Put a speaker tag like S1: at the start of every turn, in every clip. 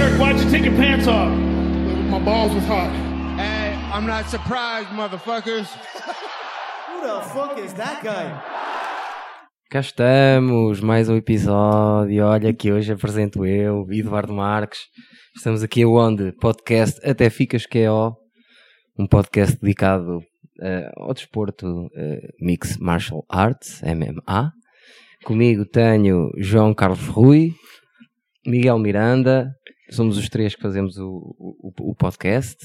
S1: your pants off.
S2: My balls was hot. Hey, I'm not surprised, motherfuckers.
S3: Who the fuck is that guy?
S4: Cá estamos, mais um episódio. Olha que hoje apresento eu, Eduardo Marques. Estamos aqui onde? Podcast Até Ficas QO, um podcast dedicado eh, ao desporto eh, Mix Martial Arts, MMA. Comigo tenho João Carlos Rui, Miguel Miranda, somos os três que fazemos o, o- o podcast.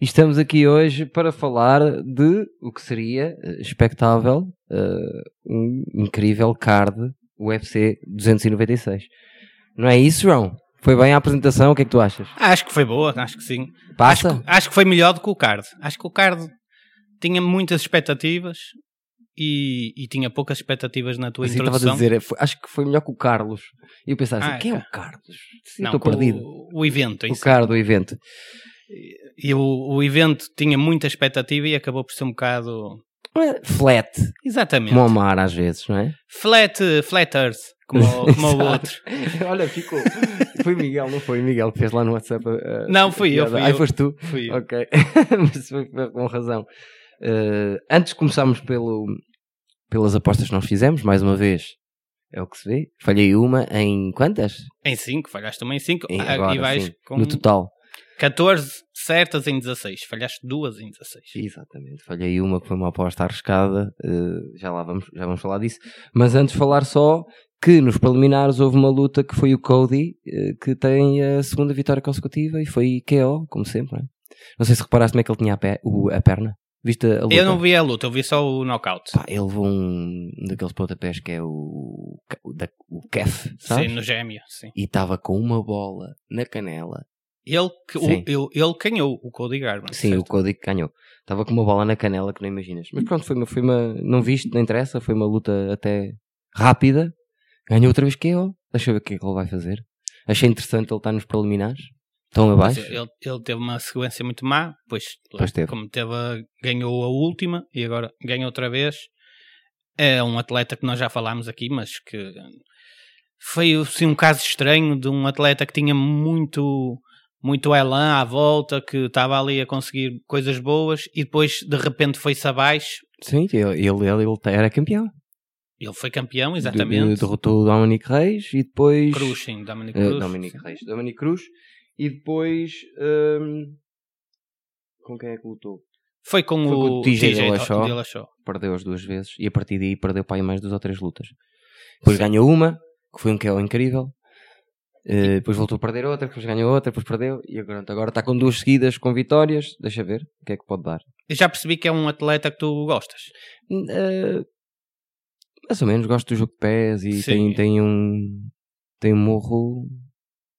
S4: E estamos aqui hoje para falar de o que seria eh, expectável eh, um incrível card UFC 296. Não é isso, João? Foi bem a apresentação, o que é que tu achas?
S5: Acho que foi boa, acho que sim.
S4: Passa?
S5: Acho, que- acho que foi melhor do que o card. Acho que o card tinha muitas expectativas e, e tinha poucas expectativas na tua
S4: Assim, estava a
S5: introdução.
S4: dizer, é, foi- acho que foi melhor que o Carlos. E eu pensava assim,
S5: Ah,
S4: quem é
S5: é.
S4: o Carlos? Sim,
S5: Não,
S4: Estou
S5: com o-
S4: perdido.
S5: O, evento,
S4: O
S5: isso.
S4: cara do evento.
S5: E o, o evento tinha muita expectativa e acabou por ser um bocado.
S4: é Flat,
S5: Exatamente.
S4: como o mar às vezes, não é?
S5: Flat, flat Earth, como, o- como o
S4: Exato.
S5: outro.
S4: Olha, ficou. Foi Miguel, não foi Miguel que fez lá no WhatsApp. a- a-
S5: Não, fui eu,
S4: piada.
S5: fui
S4: Ai,
S5: eu.
S4: foste tu.
S5: Fui eu.
S4: Ok, mas foi foi com razão. Eh, antes de começarmos pelo, pelas apostas que nós fizemos, mais uma vez, é o que se vê. Falhei uma em quantas?
S5: Em 5, falhaste uma em 5
S4: Em-
S5: Ah, e vais
S4: sim,
S5: com
S4: No total.
S5: 14 certas em 16. Falhaste duas em 16.
S4: Exatamente, falhei uma que foi uma aposta arriscada, eh, já lá vamos, já vamos falar disso. Mas antes falar só que nos preliminares houve uma luta que foi o Cody, eh, que tem a segunda vitória consecutiva e foi KO, como sempre. Não, é? Não sei se reparaste como é que ele tinha a, pe- o- a perna. Viste a luta?
S5: Eu não vi a luta, eu vi só o knockout.
S4: Pá, ele levou um daqueles pontapés que é o, ca- o, da, o kef, sabes?
S5: Sim, no gêmeo, sim.
S4: E estava com uma bola na canela.
S5: Ele, que- o-
S4: Sim.
S5: ele, ele ganhou o Cody Garman.
S4: Sim, o Cody que ganhou. Estava com uma bola na canela que não imaginas. Mas pronto, foi uma, foi uma. Não viste, não interessa. Foi uma luta até rápida. Ganhou outra vez que eu. Deixa eu ver o que é que ele vai fazer. Achei interessante ele estar nos preliminares. Estão
S5: Mas
S4: abaixo.
S5: Ele, ele teve uma sequência muito má, pois,
S4: Pois teve.
S5: como teve, a- ganhou a última e agora ganha outra vez. É um atleta que nós já falámos aqui, mas que foi assim, um caso estranho de um atleta que tinha muito muito elan à volta, que estava ali a conseguir coisas boas e depois de repente foi-se abaixo.
S4: Sim, ele, ele, ele era campeão.
S5: Ele foi campeão, exatamente.
S4: De- derrotou o Dominic Reis e depois.
S5: Cruz, sim, Dominic
S4: Eh,
S5: Cruz.
S4: Dominic Reis. Dominic Cruz. E depois. hum, com quem é que lutou?
S5: Foi com
S4: Foi com
S5: o
S4: o TJ Dillashaw.
S5: Dillashaw.
S4: perdeu as duas vezes e a partir daí perdeu para aí mais duas ou três lutas. Depois ganhou uma, que foi um KO incrível. eh, depois voltou a perder outra, depois ganhou outra, depois perdeu e agora, então, agora está com duas seguidas com vitórias. Deixa ver o que é que pode dar.
S5: Eu já percebi que é um atleta que tu gostas.
S4: Hum, eh, mais ou menos gosto do jogo de pés e
S5: Sim.
S4: tem, tem um tem um morro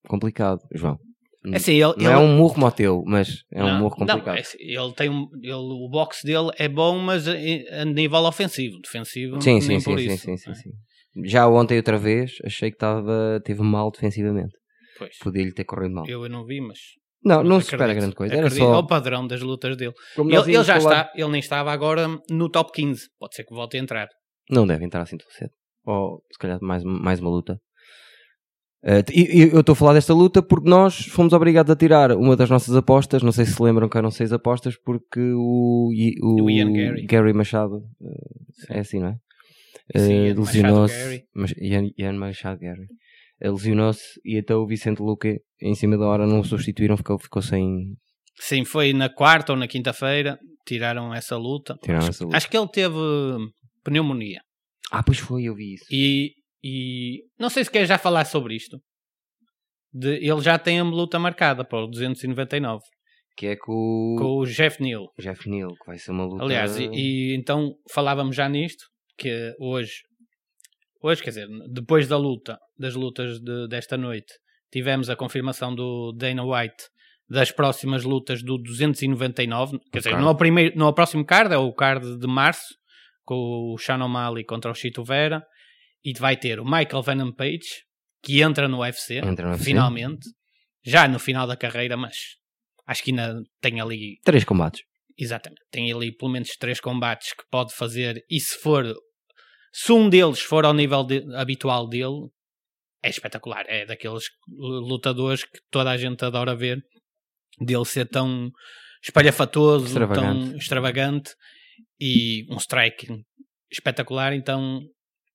S4: complicado, João.
S5: É Assim, ele,
S4: Não
S5: ele-
S4: é um morro como o teu, mas é um
S5: não,
S4: morro complicado.
S5: não, é assim, ele tem um, ele, o boxe dele é bom, mas a, a nível ofensivo, defensivo,
S4: Sim,
S5: nem
S4: sim,
S5: por
S4: sim, sim,
S5: isso.
S4: sim, sim,
S5: não é?
S4: sim. Já ontem outra vez achei que estava teve mal defensivamente.
S5: Pois,
S4: Podia-lhe ter corrido mal.
S5: eu não vi, mas
S4: não, não
S5: mas
S4: se espera
S5: acredito.
S4: grande coisa. Era
S5: Acredito, É
S4: só.
S5: o padrão das lutas dele.
S4: como nós
S5: Ele, ele
S4: íamos
S5: já
S4: falar-
S5: está, ele nem estava agora no top 15. Pode ser que volte a entrar.
S4: Não deve entrar assim tão cedo. Ou se calhar mais, mais uma luta. Eh, e- e eu estou a falar desta luta porque nós fomos obrigados a tirar uma das nossas apostas. Não sei se se lembram que eram seis apostas, porque o, I- o,
S5: O Ian Gary.
S4: Machado eh, é assim, não é?
S5: Sim,
S4: Eh,
S5: Ian Machado
S4: Lesionou-se.
S5: Gary.
S4: Mas- Ian, Ian Machado Gary. Eh, Lesionou-se e até o Vicente Luque, em cima da hora, não o substituíram, ficou, ficou sem.
S5: Sim, foi na quarta ou na quinta-feira. Tiraram essa luta.
S4: Tiraram
S5: acho,
S4: essa luta.
S5: acho que ele teve pneumonia.
S4: Ah, pois foi, eu vi isso.
S5: E, e não sei se quer já falar sobre isto. De- ele já tem a luta marcada para o 299
S4: Que é com,
S5: com o Jeff Neal.
S4: o Jeff Neal, que vai ser uma luta.
S5: Aliás, e, e então falávamos já nisto que hoje, hoje quer dizer, depois da luta, das lutas de- desta noite, tivemos a confirmação do Dana White das próximas lutas do 299. Quer dizer,
S4: card.
S5: no, primeiro, no próximo card é o card de março com o Sean O'Malley contra o Chito Vera e vai ter o Michael Venom Page que entra no UFC,
S4: Entra no UFC.
S5: finalmente, já no final da carreira, mas acho que ainda tem ali
S4: Três combates.
S5: Exatamente. Tem ali pelo menos três combates que pode fazer e se for se um deles for ao nível de- habitual dele, é espetacular. É daqueles lutadores que toda a gente adora ver, dele ser tão espalhafatoso,
S4: Extravagante.
S5: tão extravagante e um striking espetacular. Então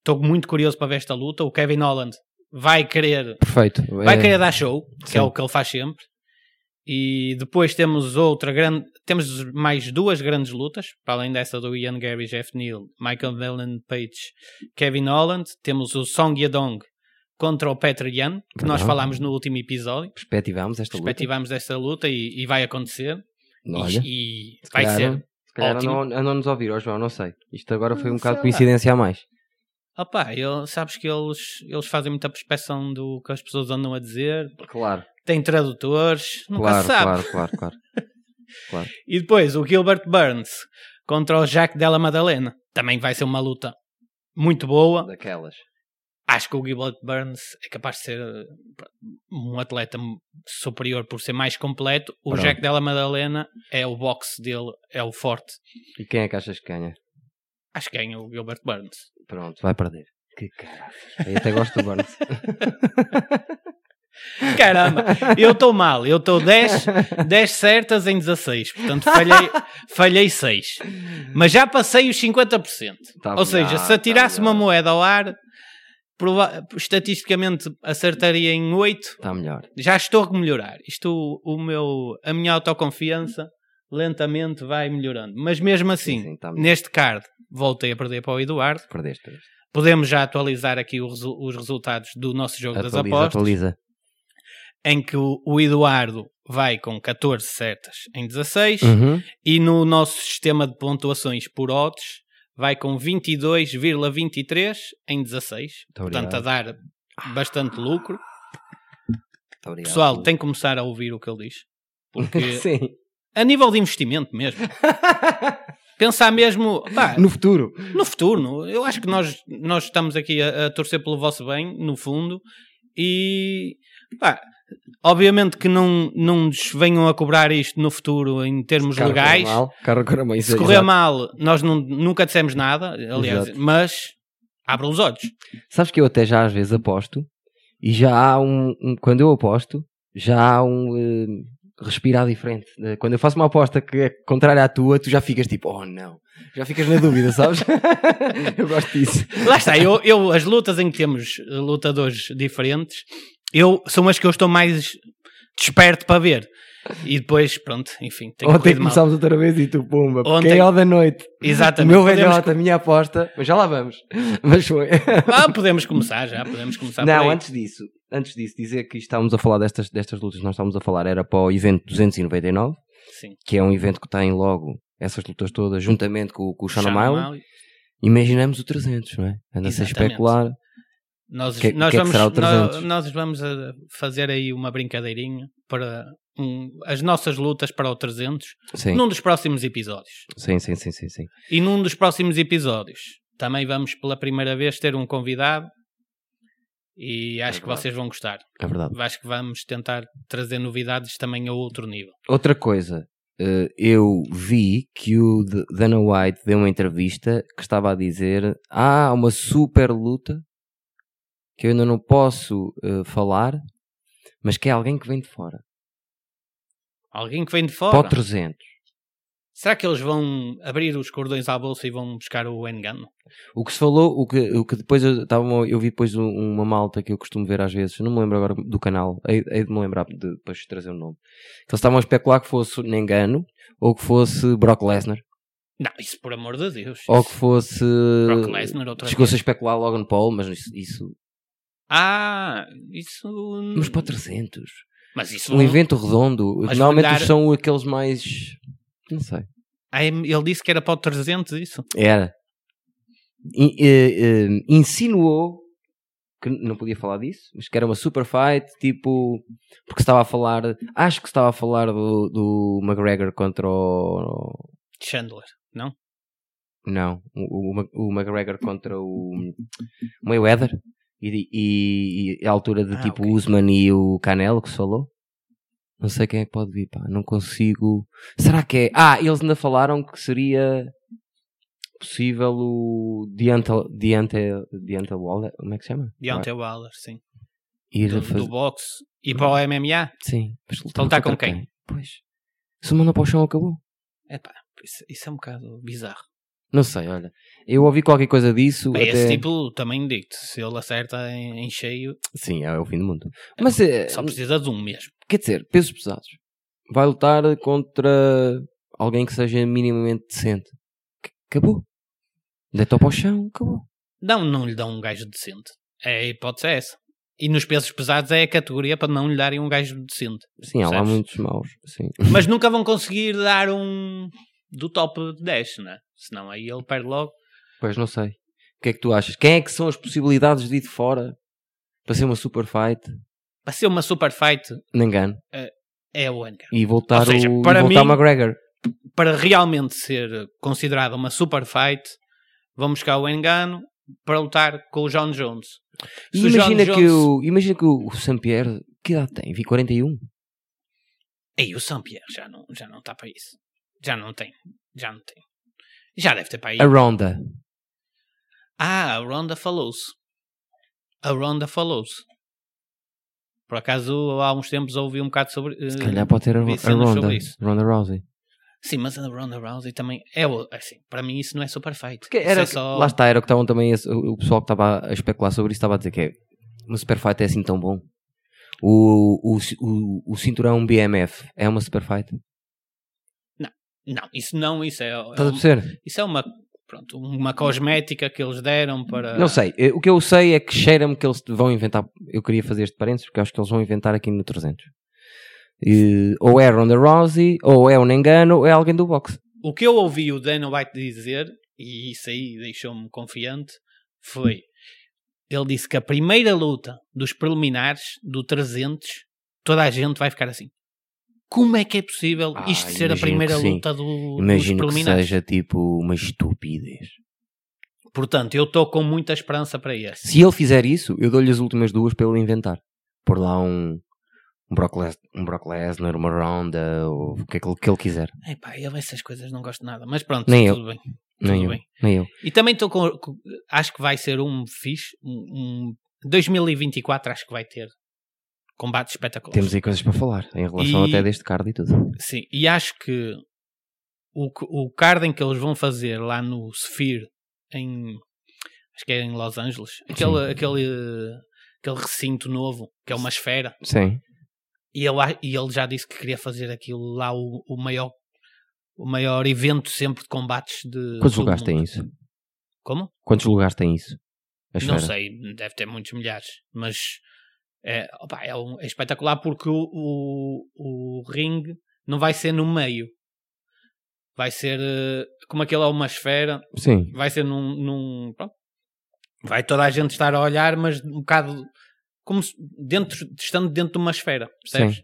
S5: estou muito curioso para ver esta luta. O Kevin Holland vai querer,
S4: Perfeito.
S5: vai
S4: É-
S5: querer dar show, que
S4: Sim.
S5: é o que ele faz sempre. E depois temos outra grande, temos mais duas grandes lutas, para além dessa do Ian Gary, Jeff Neal, Michael Valen Page, Kevin Holland, temos o Song Yadong contra o Petr Yan, que nós
S4: Verdade.
S5: falámos no último episódio.
S4: Perspectivamos esta luta.
S5: Perspectivámos esta luta e, e vai acontecer. E-
S4: Olha,
S5: e
S4: se
S5: vai
S4: calhar-
S5: ser.
S4: Se calhar
S5: ótimo.
S4: andam- andam-nos a ouvir, ó João, não sei. Isto agora foi um
S5: Sei
S4: bocado de
S5: lá.
S4: coincidência a mais.
S5: Opa, eu, sabes que eles, eles fazem muita prospeção do que as pessoas andam a dizer,
S4: Claro,
S5: têm tradutores, nunca
S4: claro,
S5: se sabe.
S4: claro, claro, claro.
S5: E depois o Gilbert Burns contra o Jacques Della Madalena. Também vai ser uma luta muito boa.
S4: Daquelas.
S5: Acho que o Gilbert Burns é capaz de ser eh, um atleta superior por ser mais completo. O
S4: Pronto.
S5: Jacques Della Madalena é o boxe dele, é o forte.
S4: E quem é que achas que ganha?
S5: Acho que ganha o Gilbert Burns.
S4: Pronto, vai perder. Que caralho. Eu até gosto do Burns.
S5: Caramba, eu estou mal. Eu estou 10, 10 certas em 16. Portanto, falhei, falhei 6. Mas já passei os 50%.
S4: Tá
S5: Ou seja,
S4: melhor,
S5: se
S4: tá
S5: atirasse uma
S4: melhor.
S5: moeda ao ar, prova- estatisticamente acertaria em 8.
S4: Está melhor.
S5: Já estou a melhorar. Isto, o o meu, a minha autoconfiança lentamente vai melhorando. Mas mesmo assim,
S4: sim, tá melhor.
S5: neste card, voltei a perder para o Eduardo.
S4: Perdeste. perdeste.
S5: Podemos já atualizar aqui o resu- os resultados do nosso jogo das
S4: Atualiza,
S5: apostas
S4: atualiza.
S5: em que o, o Eduardo vai com 14 certas em 16
S4: Uhum.
S5: e no nosso sistema de pontuações por odds vai com 22,23 em 16.
S4: obrigado. Ah,
S5: Portanto, a dar bastante lucro.
S4: Tá obrigado.
S5: Pessoal, tem que começar a ouvir o que ele diz. Porque
S4: Sim.
S5: a nível de investimento mesmo. Pensar mesmo pá,
S4: No futuro.
S5: no futuro, no- eu acho que nós, nós estamos aqui a, a torcer pelo vosso bem, no fundo, e pá, obviamente que não, não nos venham a cobrar isto no futuro em termos
S4: Carro
S5: legais.
S4: correr mal, Carro correr mal. isso
S5: Se
S4: é
S5: correr
S4: exato.
S5: mal, nós não- nunca dissemos nada, aliás,
S4: Exato.
S5: mas abram os olhos.
S4: Sabes que eu até já às vezes aposto e já há um. um- quando eu aposto, já há um. eh, respirar diferente. Eh, Quando eu faço uma aposta que é contrária à tua, tu já ficas tipo, oh não. Já ficas na dúvida, sabes? eu gosto disso.
S5: Lá está, eu, eu- as lutas em que temos eh, lutadores diferentes, eu são as que eu estou mais desperto para ver. E depois, pronto, enfim, tem
S4: Ontem
S5: corrido mal.
S4: começámos outra vez e tu, pumba,
S5: Ontem-
S4: quem é o da noite? O
S5: Exatamente.
S4: meu
S5: Podemos
S4: velhote, a minha aposta, mas já lá vamos. Mas foi.
S5: Ah, podemos começar já, podemos começar por
S4: Não,
S5: aí.
S4: antes disso, antes disso, dizer que estávamos a falar destas, destas lutas, que nós estávamos a falar, era para o evento 299,
S5: Sim.
S4: que é um evento que tem logo essas lutas todas, juntamente com, com o Sean O'Malley.
S5: O'Malley.
S4: Imaginamos o 300, não é? Anda-se a
S5: Exatamente.
S4: especular.
S5: Nós,
S4: Que-
S5: nós
S4: que é que
S5: vamos,
S4: será o 300?
S5: nó- nós vamos eh, fazer aí uma brincadeirinha para um- as nossas lutas para o 300
S4: Sim,
S5: num dos próximos episódios.
S4: sim, sim, sim, sim, sim.
S5: E num dos próximos episódios também vamos pela primeira vez ter um convidado e acho que
S4: verdade.
S5: vocês vão gostar.
S4: É verdade.
S5: Acho que vamos tentar trazer novidades também a outro nível.
S4: Outra coisa, eh, eu vi que o D- Dana White deu uma entrevista que estava a dizer "Ah, há uma super luta que eu ainda não posso eh, falar, mas que é alguém que vem de fora.
S5: Alguém que vem de fora.
S4: Para o 300.
S5: Será que eles vão abrir os cordões à bolsa e vão buscar o Engano?
S4: O que se falou, o que, o que depois eu, tava, eu vi depois um- uma malta que eu costumo ver às vezes, não me lembro agora do canal, hei, hei de me lembrar de, depois de trazer o nome. Que eles estavam a especular que fosse Nengano, ou que fosse Brock Lesnar,
S5: Não, isso por amor de Deus.
S4: ou Oh, que fosse.
S5: Brock Lesnar outra vez.
S4: Chegou-se a especular Logan Paul, mas isso. isso-
S5: Ah, isso.
S4: mas para 300.
S5: Hum. Mas isso
S4: Um
S5: não-
S4: evento redondo.
S5: Mas
S4: Normalmente
S5: olhar-
S4: são aqueles mais. Não sei.
S5: Ah, é- ele disse que era para o 300, isso.
S4: Era. In- eh, eh, insinuou que não podia falar disso, mas que era uma super fight, tipo, porque estava a falar, acho que estava a falar do, do McGregor contra o.
S5: Chandler.
S4: Não, o, o Mac- o McGregor contra o, o Mayweather e, e- e a altura de
S5: Ah,
S4: tipo
S5: ok.
S4: o Usman e o Canelo que se falou. Não sei quem é que pode vir, pá, não consigo. Será que é? Ah, eles ainda falaram que seria possível o Deante Deante Deante Waller, como é que se chama?
S5: Deontay Waller, sim.
S4: ir
S5: do,
S4: a fazer.
S5: do boxe e
S4: Uhum.
S5: para o MMA.
S4: Sim. Mas
S5: Então tá com
S4: contra
S5: quem?
S4: Pois. Se manda para o chão, acabou.
S5: Epá, isso, isso é um bocado bizarro.
S4: Não sei, olha. Eu ouvi qualquer coisa disso.
S5: Bem,
S4: até...
S5: Esse tipo também digo-te, se ele acerta em, em cheio,
S4: Sim, é o fim do mundo. Mas, eh,
S5: só precisa de um mesmo.
S4: quer dizer, pesos pesados. Vai lutar contra alguém que seja minimamente decente. C- Acabou. Deitou para o chão, acabou.
S5: Não, não lhe dão um gajo decente. É, a hipótese é essa. E nos pesos pesados é a categoria para não lhe darem um gajo decente.
S4: Sim, há lá
S5: Percebes?
S4: muitos maus. Sim.
S5: Mas nunca vão conseguir dar um do top 10, né? Senão aí ele perde logo.
S4: Pois não sei. O que é que tu achas? Quem é que são as possibilidades de ir de fora para ser uma super fight?
S5: Para ser uma super fight,
S4: Nengano.
S5: é a única.
S4: E voltar
S5: Ou seja,
S4: o
S5: para
S4: e voltar
S5: mim-
S4: McGregor.
S5: Para realmente ser considerada uma super fight, vamos buscar o engano para lutar com o John Jones.
S4: E
S5: Se o
S4: imagina,
S5: John
S4: que
S5: Jones-
S4: o, imagina que o Sam Pierre, que idade tem? Vi 41.
S5: Ei, o São Pierre já não, já não está para isso. Já não tem. Já não tem. Já deve ter para aí.
S4: A Ronda.
S5: Ah, a Ronda falou-se. A Ronda falou-se. Por acaso, há uns tempos ouvi um bocado sobre.
S4: Se
S5: eh,
S4: calhar pode ter a,
S5: vi
S4: Ro- a
S5: cenas
S4: Ronda.
S5: sobre isso.
S4: Ronda Rousey.
S5: Sim, mas a Ronda Rousey também é o- assim. Para mim, isso não é super fight.
S4: Porque era,
S5: isso é só.
S4: Lá está, era o que estavam também, esse- o o pessoal que estava a especular sobre isso estava a dizer que é, uma superfight é assim tão bom. O, o, ci- o, o cinturão BMF é uma superfight.
S5: Não, isso não. Isso é,
S4: Estás a perceber?
S5: isso é uma, pronto, uma cosmética que eles deram para.
S4: Não sei. eh, O que eu sei é que cheira-me que eles vão inventar. Eu queria fazer este parênteses porque eu acho que eles vão inventar aqui no 300. Eh, ou é Ronda Rousey, ou é um engano, ou é alguém do boxe.
S5: O que eu ouvi o Dana White dizer, e isso aí deixou-me confiante, foi. Ele disse que a primeira luta dos preliminares, do 300, toda a gente vai ficar assim. Como é que é possível
S4: Ah,
S5: isto ser a
S4: imagino
S5: primeira
S4: que sim.
S5: luta do, dos
S4: Imagino que
S5: preliminares?
S4: seja tipo uma estupidez.
S5: Portanto, eu estou com muita esperança para esse.
S4: Se ele fizer isso, eu dou-lhe as últimas duas para ele inventar. Por lá um, um, Brock, Les, um Brock Lesnar, uma Ronda, ou o que é que ele, que ele quiser.
S5: Epá, eu essas coisas não gosto nada, mas pronto, tá
S4: Nem eu.
S5: tudo bem.
S4: Nem
S5: Tudo
S4: eu,
S5: bem.
S4: nem eu.
S5: E também estou com, com- Acho que vai ser um fixe. Um, um 2024 acho que vai ter combates espetaculares.
S4: Temos aí coisas para falar, em relação
S5: E-
S4: até deste card e tudo.
S5: Sim, e acho que o, c- o cardem que eles vão fazer lá no Sphere, em acho que é em Los Angeles, aquele,
S4: Sim.
S5: aquele, eh, aquele recinto novo, que é uma esfera,
S4: Sim.
S5: e ele, a- e ele já disse que queria fazer aquilo lá o, o maior o maior evento sempre de combates de
S4: Quantos
S5: todo
S4: lugares
S5: mundo.
S4: tem isso?
S5: Como?
S4: Quantos lugares tem isso? A
S5: Não
S4: esfera?
S5: sei, deve ter muitos milhares, mas é, opá, é um- é espetacular porque o, o, o ringue não vai ser no meio, vai ser eh, como aquilo é uma esfera,
S4: Sim.
S5: vai ser num. num- pronto. vai toda a gente estar a olhar, mas um bocado como se dentro, estando dentro de uma esfera, percebes?
S4: Sim.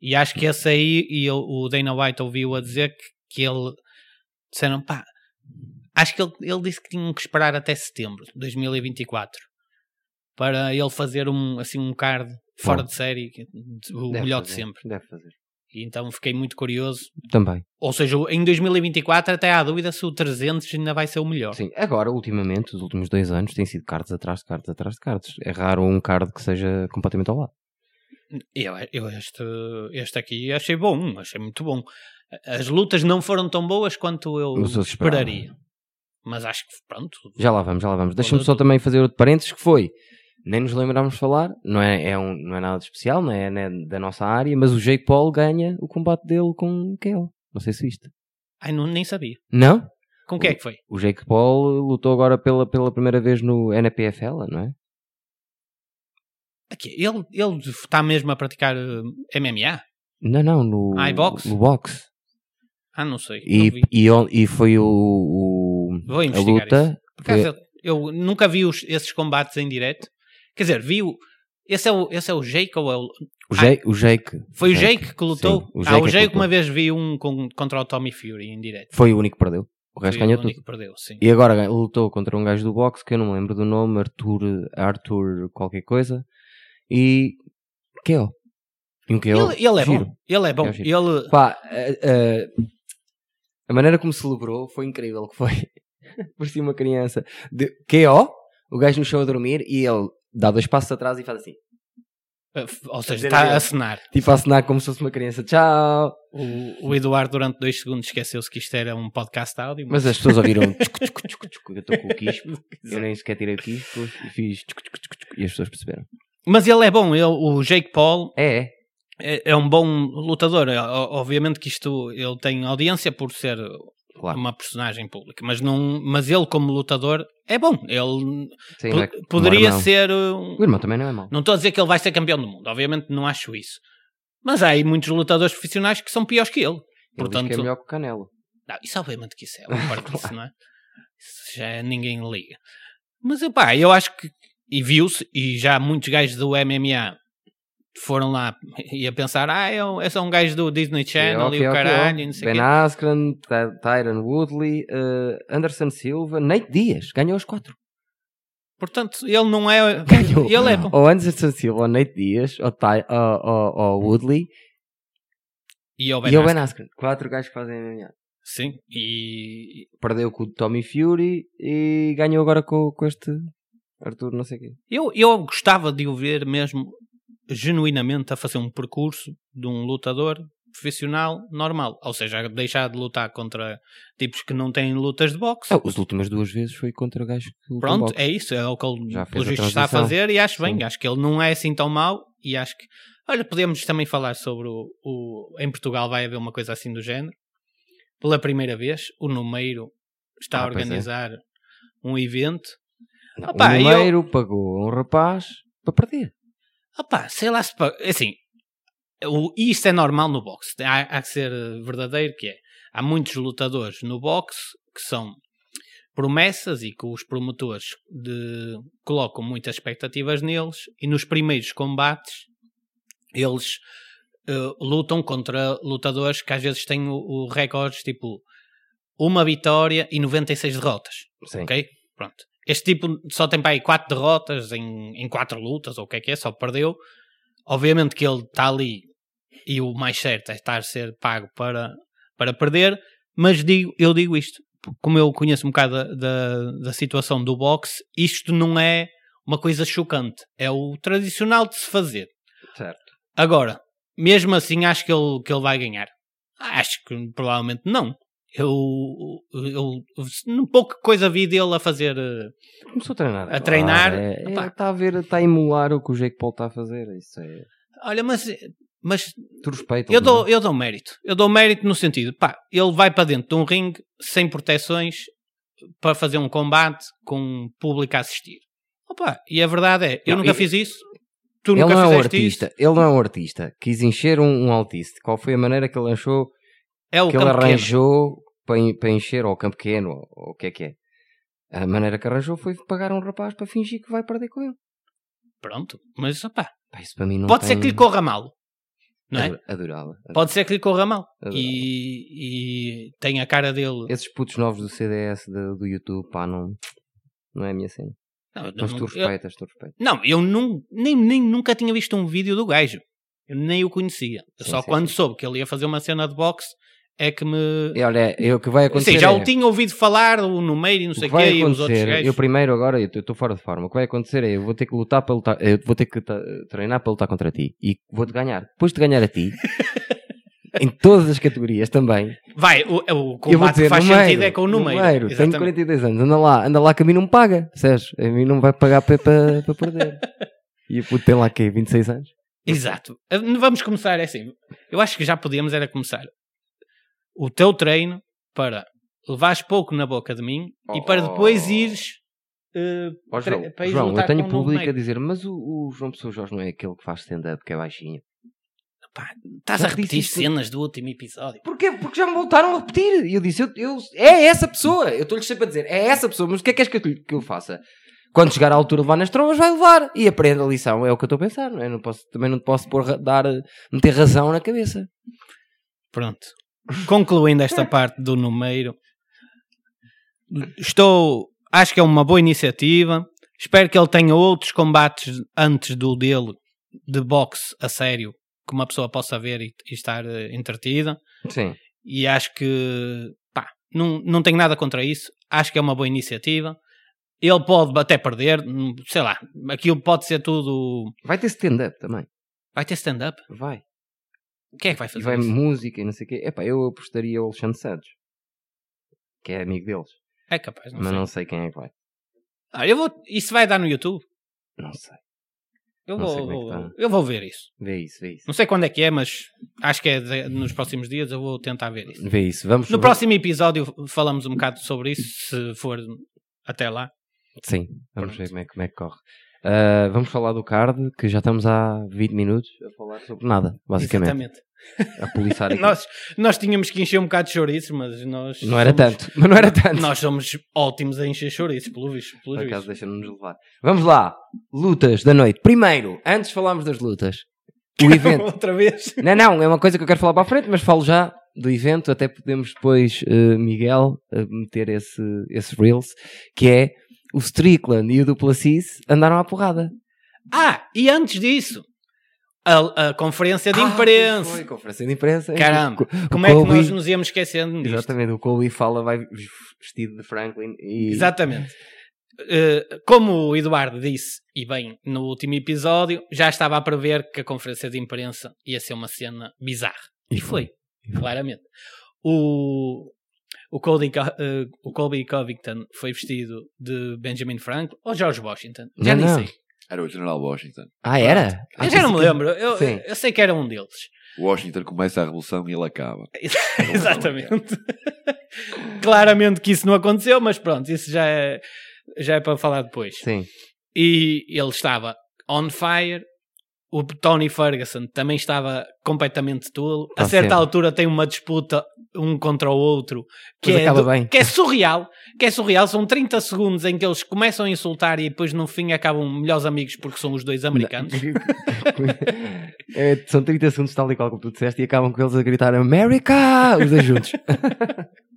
S5: E acho que esse aí, e eu- o Dana White ouviu a dizer que, que ele disseram, pá, acho que ele, ele disse que tinham que esperar até setembro de 2024 para ele fazer um, assim, um card fora
S4: Bom.
S5: de série, que- o
S4: Deve
S5: melhor de
S4: fazer,
S5: sempre.
S4: Deve fazer.
S5: E então fiquei muito curioso.
S4: Também.
S5: Ou seja, em 2024 até há dúvida se o 300 ainda vai ser o melhor.
S4: Sim. Agora, ultimamente, os últimos dois anos, tem sido cards atrás de cards atrás de cards. É raro um card que seja completamente ao lado.
S5: Eu, eu este, este aqui achei bom, achei muito bom. As lutas não foram tão boas quanto eu
S4: Mas eu esperava.
S5: esperaria. Mas acho que pronto.
S4: Já lá vamos, já lá vamos. Deixa-me
S5: Quando-
S4: só também fazer outro parênteses que foi. Nem nos lembrámos de falar, não é, é um, não é nada de especial, não é, não é da nossa área, mas o Jake Paul ganha o combate dele com o KO. Não sei se viste.
S5: Ai, não, nem sabia.
S4: Não?
S5: Com quem é que foi?
S4: O Jake Paul lutou agora pela, pela primeira vez no NPFL, não é?
S5: Aqui, ele, ele está mesmo a praticar eh, MMA?
S4: Não, não, no,
S5: Ah, e boxe?
S4: no boxe.
S5: Ah, não sei. não
S4: E,
S5: vi.
S4: e, on- e foi o, o-
S5: Vou
S4: a
S5: investigar isso.
S4: luta. é
S5: Por acaso, eu, eu nunca vi os- esses combates em direto. Quer dizer, vi o... Esse é o, esse é o Jake ou é o...
S4: O, Jake, o Jake
S5: Foi o
S4: Jake,
S5: Jake, que lutou?
S4: sim, o
S5: ah,
S4: Jake é
S5: o
S4: que
S5: Jake uma
S4: lutou.
S5: vez vi um com- contra o Tommy Fury em direto.
S4: foi o único que perdeu. O resto
S5: Foi
S4: ganhou
S5: o
S4: tudo.
S5: único que perdeu, sim.
S4: E agora gan- lutou contra um gajo do boxe que eu não me lembro do nome, Arthur, Arthur qualquer coisa. E KO. E um KO.
S5: Ele, ele é
S4: giro.
S5: bom. Ele é bom.
S4: É giro.
S5: Ele...
S4: Pá, eh, eh, a maneira como celebrou foi incrível que foi. Por cima uma é, criança. De, KO, o gajo no chão a dormir e ele dá dois passos atrás e faz assim.
S5: Eh, Ou seja,
S1: dizer
S5: está a
S1: adeus.
S5: cenar.
S4: Tipo a assinar como se fosse uma criança. Tchau!
S5: O, o Eduardo, durante dois segundos, esqueceu-se que isto era um podcast áudio.
S4: Mas as pessoas ouviram tchucu, tchucu, tchucu, tchucu, eu estou com o quispo. eu nem sequer tirei o quispo e fiz tchucu, tchucu, tchucu, tchucu, e as pessoas perceberam.
S5: Mas ele é bom, ele, o Jake Paul
S4: É, é.
S5: é, é um bom lutador. É, o- Obviamente que isto ele tem audiência por ser
S4: Claro.
S5: uma personagem pública, mas, não, mas ele, como lutador, é bom. Ele
S4: Sim,
S5: po-
S4: não é como o
S5: poderia
S4: irmão.
S5: ser um.
S4: O irmão também não é mau.
S5: Não estou a dizer que ele vai ser campeão do mundo, obviamente não acho isso. Mas há aí muitos lutadores profissionais que são piores que ele.
S4: Ele diz
S5: Portanto,
S4: que é melhor que o Canelo.
S5: Não, isso obviamente que isso é uma parte disso, não é? Isso já ninguém liga. Mas pá, eu acho que. E viu-se, e já muitos gajos do MMA foram lá e a pensar: ah, é, um- é só um gajo do Disney Channel
S4: É Ok,
S5: e
S4: ok,
S5: o
S4: ok.
S5: caralho, e não sei o
S4: Ben
S5: quê.
S4: Askren, Ty- Tyron Woodley, eh, Anderson Silva, Nate Dias. Ganhou os quatro.
S5: Portanto, ele não é.
S4: Ganhou.
S5: Ele é bom.
S4: Ou Anderson Silva, ou Nate Dias, ou, Ty, ou, ou- ou Woodley
S5: E é o Ben,
S4: e é o
S5: Askren,
S4: Ben Askren. Quatro gajos que fazem MMA.
S5: Sim, e,
S4: Perdeu com o Tommy Fury e ganhou agora com, com este Arthur não sei quê.
S5: Eu, eu gostava de o ver mesmo genuinamente a fazer um percurso de um lutador profissional normal, ou seja, a deixar de lutar contra tipos que não têm lutas de boxe.
S4: Ah, as últimas duas vezes foi contra o gajo que lutou
S5: Pronto,
S4: boxe.
S5: é isso, é o que ele
S4: Já fez
S5: pelo
S4: a
S5: visto está a
S4: transição.
S5: fazer e acho bem,
S4: Sim.
S5: acho que ele não é assim tão mau e acho que olha, podemos também falar sobre o, o- em Portugal vai haver uma coisa assim do género. Pela primeira vez, o Numeiro está a
S4: Ah, pois é.
S5: organizar um evento
S4: Não,
S5: Opá,
S4: o
S5: é, eu-
S4: Numeiro pagou um rapaz para perder.
S5: Opa, sei lá se. pa- Assim, o, isto é normal no boxe. Há, há que ser eh, verdadeiro que é. Há muitos lutadores no boxe que são promessas e que os promotores de- colocam muitas expectativas neles e nos primeiros combates eles eh, lutam contra lutadores que às vezes têm o, o recordes tipo uma vitória e 96 derrotas.
S4: Sim.
S5: Ok? Pronto. Este tipo só tem para aí 4 derrotas em, em 4 lutas, ou o que é que é, só perdeu. Obviamente que ele está ali e o mais certo é estar a ser pago para, para perder, mas digo, eu digo isto, porque como eu conheço um bocado da, da, da situação do boxe, isto não é uma coisa chocante, é o tradicional de se fazer.
S4: Certo.
S5: Agora, mesmo assim, acho que ele, que ele vai ganhar. Acho que provavelmente não. Eu, eu, eu pouca coisa vi dele a fazer. eh,
S4: Começou a treinar.
S5: A treinar,
S4: Ah, é- é,
S5: opá.
S4: está a ver, está a emular o que o Jake Paul está a fazer. Isso é.
S5: Olha, mas, mas
S4: Tu é? respeito.
S5: eu, dou, eu dou mérito. Eu dou mérito no sentido, pá, ele vai para dentro de um ringue sem proteções para fazer um combate com um público a assistir. Opa, e a verdade é, eu
S4: Não,
S5: nunca
S4: e-
S5: fiz isso. Tu
S4: ele
S5: nunca
S4: não é um
S5: fizeste
S4: artista.
S5: isso.
S4: Ele não é um artista. Quis encher um, um altice. Qual foi a maneira que ele achou
S5: É o
S4: que ele
S5: campo pequeno.
S4: arranjou para, en- para encher, ou o campo pequeno, ou, ou o que é que é? A maneira que arranjou foi pagar um rapaz para fingir que vai perder com ele.
S5: Pronto, mas opá,
S4: Pá, isso para mim não
S5: pode
S4: tem...
S5: ser que lhe corra mal. Não é?
S4: Ado- Adorava.
S5: Pode ser que lhe corra mal.
S4: Adorava.
S5: E, e tem a cara dele.
S4: Esses putos novos do CDS, do, do YouTube, pá, não, não é a minha cena.
S5: Não, eu
S4: Mas tu
S5: não- eu,
S4: respeitas, tu respeitas.
S5: não, eu nun- nem, nem nunca tinha visto um vídeo do gajo. Eu nem o conhecia. Eu
S4: Sim,
S5: só
S4: sim,
S5: quando
S4: sim.
S5: soube que ele ia fazer uma cena de boxe é que me.
S4: E olha, é o que vai acontecer.
S5: Sim,
S4: é-
S5: já o tinha ouvido falar, o Numeiro e não
S4: o
S5: sei
S4: que
S5: o quê,
S4: vai
S5: e os outros
S4: acontecer,
S5: gajos.
S4: eu primeiro agora, eu estou fora de forma. O que vai acontecer é eu vou ter que lutar para lutar, eu vou ter que ta- treinar para lutar contra ti e vou-te ganhar. Depois de ganhar a ti, em todas as categorias também,
S5: Vai, o, o
S4: eu vou
S5: combate
S4: dizer,
S5: que faz
S4: número,
S5: sentido é com o Numeiro.
S4: tenho
S5: Exatamente.
S4: 42 anos, anda lá, anda lá que a mim não me paga, sabes? A mim não me vai pagar para para- para perder. E o puto tem lá que 26 anos?
S5: Exato. Ah, Vamos começar é assim. Eu acho que já podíamos era começar o teu treino para levares pouco na boca de mim e para depois
S4: Oh.
S5: ires. eh,
S4: Ó,
S5: Tre-
S4: João,
S5: para ir
S4: João,
S5: lutar
S4: eu tenho
S5: com um novo
S4: público
S5: meio.
S4: a dizer, mas o, o João Pessoa Jorge não é aquele que faz stand-up, que é baixinho.
S5: estás
S4: Já
S5: a repetir
S4: disse isso.
S5: cenas do último episódio.
S4: Porquê? Porque já me voltaram a repetir. E eu disse, eu, eu- é essa pessoa. Eu estou-lhes sempre a dizer, é essa pessoa. Mas o que é que és que eu, lhe- que eu faça? Quando chegar à altura de levar nas trovas, vai levar. E aprende a lição. É o que eu estou a pensar. Não é? não posso, também não te posso pôr, ra- dar, eh, meter razão na cabeça.
S5: Pronto. Concluindo esta parte do número, estou. Acho que é uma boa iniciativa. Espero que ele tenha outros combates antes do dele de boxe a sério que uma pessoa possa ver e, e estar eh, entretida.
S4: Sim.
S5: E acho que pá, não, não tenho nada contra isso. Acho que é uma boa iniciativa. Ele pode até perder, hum, sei lá, aquilo pode ser tudo
S4: Vai ter stand-up também.
S5: Vai ter stand-up?
S4: Vai.
S5: Quem é que vai
S4: E
S5: fazer
S4: vai
S5: isso?
S4: música e não sei o quê. Epá, eu apostaria o Alexandre Santos, que é amigo deles,
S5: É capaz, não
S4: mas
S5: sei.
S4: não sei quem é que vai.
S5: Ah, eu vou... Isso vai dar no YouTube?
S4: Não sei.
S5: Eu
S4: Não sei
S5: vou,
S4: como é que
S5: vou- eu vou ver isso.
S4: Vê isso, vê isso.
S5: Não sei quando é que é, mas acho que é de- nos próximos dias. Eu vou tentar ver isso.
S4: Vê isso. Vamos
S5: No próximo episódio falamos um bocado sobre isso, se for até lá.
S4: Sim, vamos
S5: Pronto.
S4: ver como é, como é que corre. Ah, vamos falar do card, que já estamos há 20 minutos a falar sobre nada, basicamente.
S5: Exatamente.
S4: A policiar aqui.
S5: Nós, nós tínhamos que encher um bocado de chouriço, mas nós...
S4: Não era
S5: somos-
S4: tanto, mas não era tanto.
S5: Nós somos ótimos a encher chouriço, pelo visto. Pelo
S4: Por
S5: visto.
S4: acaso deixa-nos levar. Vamos lá, lutas da noite. Primeiro, antes de falarmos das lutas, o evento.
S5: Outra vez.
S4: não, não, é uma coisa que eu quero falar para a frente, mas falo já do evento. Até podemos depois, eh, Miguel, eh, meter esse, esse Reels, que é o Strickland e o Duplacis andaram à porrada.
S5: Ah, e antes disso, a, a conferência de
S4: Ah,
S5: imprensa.
S4: foi, conferência de imprensa.
S5: Caramba,
S4: O Co- o
S5: como é que
S4: Colby-
S5: nós nos íamos esquecendo disto?
S4: Exatamente, o Colby fala, vai vestido de Franklin e.
S5: Exatamente. Eh, como o Eduardo disse, e bem, no último episódio, já estava a prever que a conferência de imprensa ia ser uma cena bizarra. E foi, claramente. O, o, Cody, Co- eh, o Colby Covington foi vestido de Benjamin Franklin ou George Washington, já
S4: Não,
S5: nem
S4: não.
S5: sei.
S1: Era o General Washington.
S4: Ah, era?
S5: Eu já não me lembro, eu,
S4: Sim.
S5: eu sei que era um deles.
S1: Washington começa a revolução e ele acaba.
S5: Exatamente. Claramente que isso não aconteceu, mas pronto, isso já é, já é para falar depois.
S4: Sim.
S5: E ele estava on fire. O Tony Ferguson também estava completamente tolo.
S4: Tá
S5: a certa
S4: certo.
S5: altura tem uma disputa um contra o outro que
S4: Mas
S5: é,
S4: acaba
S5: do-
S4: bem.
S5: que é surreal. Que é surreal. São 30 segundos em que eles começam a insultar e depois no fim acabam melhores amigos porque são os dois americanos.
S4: É, são 30 segundos, tal e qual como tu disseste, e acabam com eles a gritar America! Os dois juntos.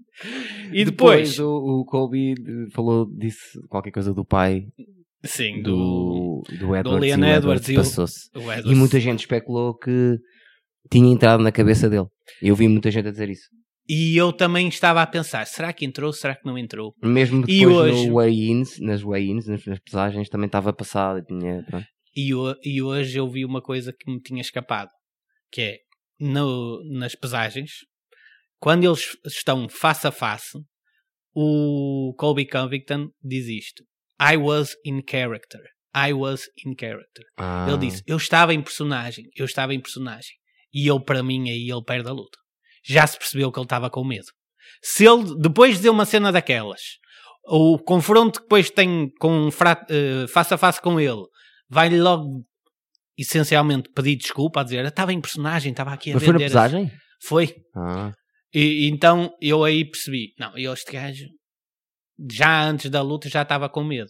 S5: E depois,
S4: o, o Colby eh, falou, disse qualquer coisa do pai
S5: sim, do,
S4: do, do Edwards. e o
S5: Leon Edwards e o-
S4: passou-se.
S5: do
S4: E
S5: Edwards.
S4: muita gente especulou que tinha entrado na cabeça dele. Eu vi muita gente a dizer isso.
S5: E eu também estava a pensar: será que entrou? Será que não entrou?
S4: Mesmo
S5: E
S4: depois
S5: hoje-
S4: no weigh-ins, nas weigh-ins, nas, nas pesagens, também estava passado. Tinha, pronto.
S5: E, ho- e hoje eu vi uma coisa que me tinha escapado, que é no- nas pesagens, quando eles estão face a face, o Colby Covington diz isto: I was in character. I was in character.
S4: Ah.
S5: Ele disse: Eu estava em personagem, eu estava em personagem. E ele, para mim, aí ele perde a luta. Já se percebeu que ele estava com medo. Se ele, depois de dizer uma cena daquelas, o confronto que depois tem com, um fra- eh, face a face com ele, vai-lhe logo, essencialmente, pedir desculpa, a dizer: "Eu Estava em personagem, estava aqui a
S4: Mas foi na
S5: vender. as-"
S4: pesagem?
S5: Foi.
S4: Ah.
S5: E, e então eu aí percebi: Não, eu este gajo, já antes da luta, já estava com medo.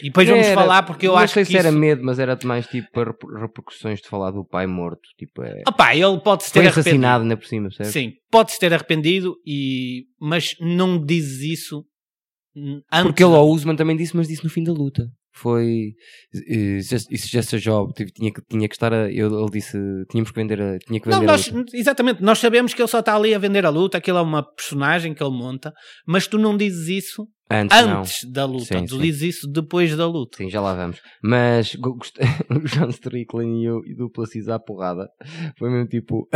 S5: E depois vamos
S4: Era-
S5: falar, porque eu
S4: não
S5: acho
S4: sei
S5: que.
S4: se era
S5: isso-
S4: medo, mas era mais tipo para reper- repercussões de falar do pai morto. Tipo, é...
S5: Opá, ele pode-se ter
S4: Foi
S5: arrependido.
S4: assassinado, ainda por cima, percebes?
S5: Sim, pode-se ter arrependido, e... mas não dizes isso hum, antes.
S4: Porque ele ao Usman também disse, mas disse no fim da luta. Foi. eh, just- Isso já se job. Tive- Tinha que, tinha que estar. A, eu- ele disse. Tínhamos que vender. A, tinha é que vender.
S5: Não,
S4: a
S5: nós,
S4: luta.
S5: exatamente, nós sabemos que ele só está ali a vender a luta, aquilo é uma personagem que ele monta, mas tu não dizes isso
S4: Antes, não.
S5: antes da luta,
S4: Sim,
S5: tu
S4: sim.
S5: dizes isso depois da luta.
S4: Sim, já lá vamos. Mas go- gost- o John Strickland e, eu, e do Placis à porrada. Foi mesmo tipo.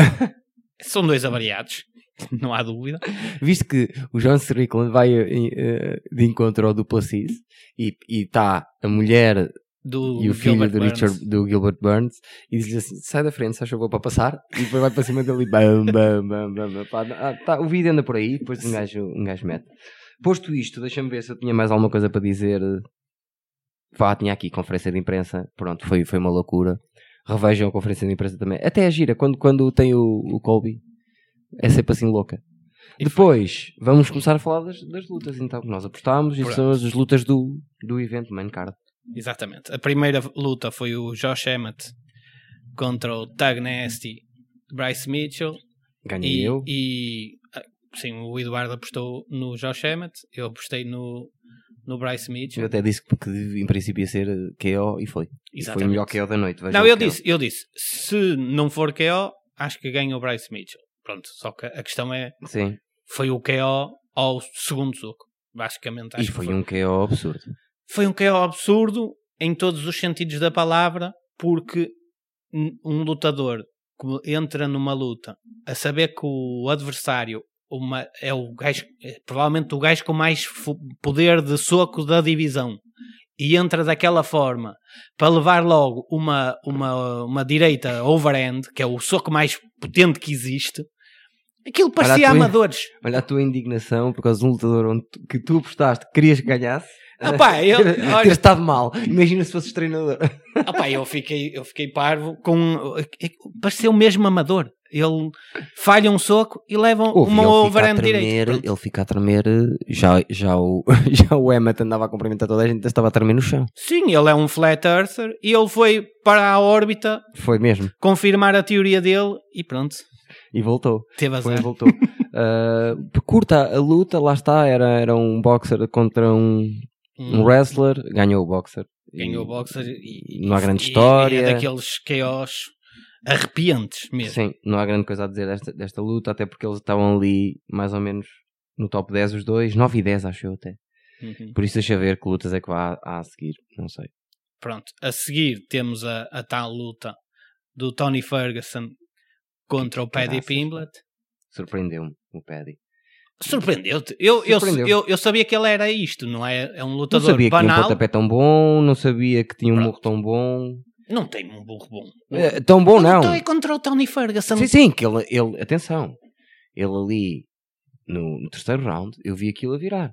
S5: São dois avariados, não há dúvida.
S4: Visto que o John Strickland vai eh, eh, de encontro ao Duplacis e está a mulher
S5: Do
S4: e o filho
S5: Gilbert
S4: do,
S5: Burns.
S4: Richard, do Gilbert Burns e diz-lhe assim: sai da frente, se achou boa para passar, e depois vai para cima dele e bam, bam, bam, bam. bam, pá. Ah, tá, o vídeo anda por aí, depois um gajo, um gajo mete. Posto isto, deixa-me ver se eu tinha mais alguma coisa para dizer. Vá, tinha aqui conferência de imprensa, pronto, foi, foi uma loucura. Revejam a conferência de imprensa também. Até é gira, quando, quando tem o, o Colby, é sempre assim louca.
S5: E
S4: Depois, vamos começar a falar das, das lutas, então, que nós apostámos, e
S5: Pronto.
S4: são as as lutas do, do evento, main card.
S5: Exatamente. A primeira luta foi o Josh Emmett contra o Tag Nasty Bryce Mitchell.
S4: Ganhei
S5: E,
S4: eu.
S5: e, ah, sim, o Eduardo apostou no Josh Emmett, eu apostei no, no Bryce
S4: Eu
S5: Mitchell.
S4: até disse que que em princípio ia ser eh, KO e foi. E foi o melhor KO da noite. vejam
S5: Não, eu
S4: o KO.
S5: disse, eu disse, se não for KO, acho que ganha o Bryce Mitchell. Pronto, só que a questão é,
S4: Sim,
S5: foi o KO ao segundo soco. Basicamente, acho
S4: e
S5: que
S4: foi um KO absurdo.
S5: foi um KO absurdo em todos os sentidos da palavra, porque n- um lutador que entra numa luta a saber que o adversário uma- é o gajo, é provavelmente o gajo com mais fu- poder de soco da divisão e entra daquela forma para levar logo uma, uma, uma direita overhand, que é o soco mais potente que existe, aquilo
S4: Para
S5: parecia
S4: a tua-
S5: amadores.
S4: Olha a tua indignação por causa de um lutador onde tu- que tu apostaste que querias que ganhasse.
S5: Opá, eu,
S4: Ter
S5: olha,
S4: estado mal. Imagina se fosses treinador.
S5: opá, eu, fiquei, eu fiquei parvo com. é, Pareceu mesmo amador. Ele falha um soco e leva
S4: Ouve,
S5: uma
S4: ele fica a
S5: overhand
S4: tremer,
S5: direita.
S4: Ele fica a tremer. eh, Já, já, o, já o Emmett andava a cumprimentar toda a gente, estava a tremer no chão.
S5: Sim, ele é um flat earther e ele foi para a órbita
S4: Foi mesmo.
S5: confirmar a teoria dele e pronto,
S4: E voltou.
S5: teve
S4: Foi e
S5: azar.
S4: voltou. Uh, curta a luta, lá está. Era, era um boxer contra um, um wrestler. Ganhou o boxer.
S5: Hum. Ganhou o
S4: boxer.
S5: boxer e,
S4: Não há grande
S5: e-
S4: história.
S5: É daqueles KOs arrepiantes mesmo.
S4: Sim, não há grande coisa a dizer desta, desta luta, até porque eles estavam ali mais ou menos no top 10 os dois, 9 e 10 acho eu até.
S5: Uhum.
S4: Por isso deixa ver que lutas é que vá há a seguir, não sei.
S5: Pronto, a seguir temos a, a tal luta do Tony Ferguson contra o Paddy
S4: Caraças, pá.
S5: Pimblett.
S4: Surpreendeu-me o Paddy.
S5: Surpreendeu-te. Eu, eu,
S4: Surpreendeu.
S5: eu, eu sabia que ele era isto, não é? É um
S4: Não
S5: lutador
S4: sabia que tinha um
S5: banal.
S4: pontapé tão bom, não sabia que tinha um
S5: Pronto.
S4: murro tão bom.
S5: Não tem um burro bom.
S4: Eh, tão bom não.
S5: Então é contra o Tony Ferguson.
S4: Sim, sim, que ele, ele atenção, ele ali no, no terceiro round, eu vi aquilo a virar.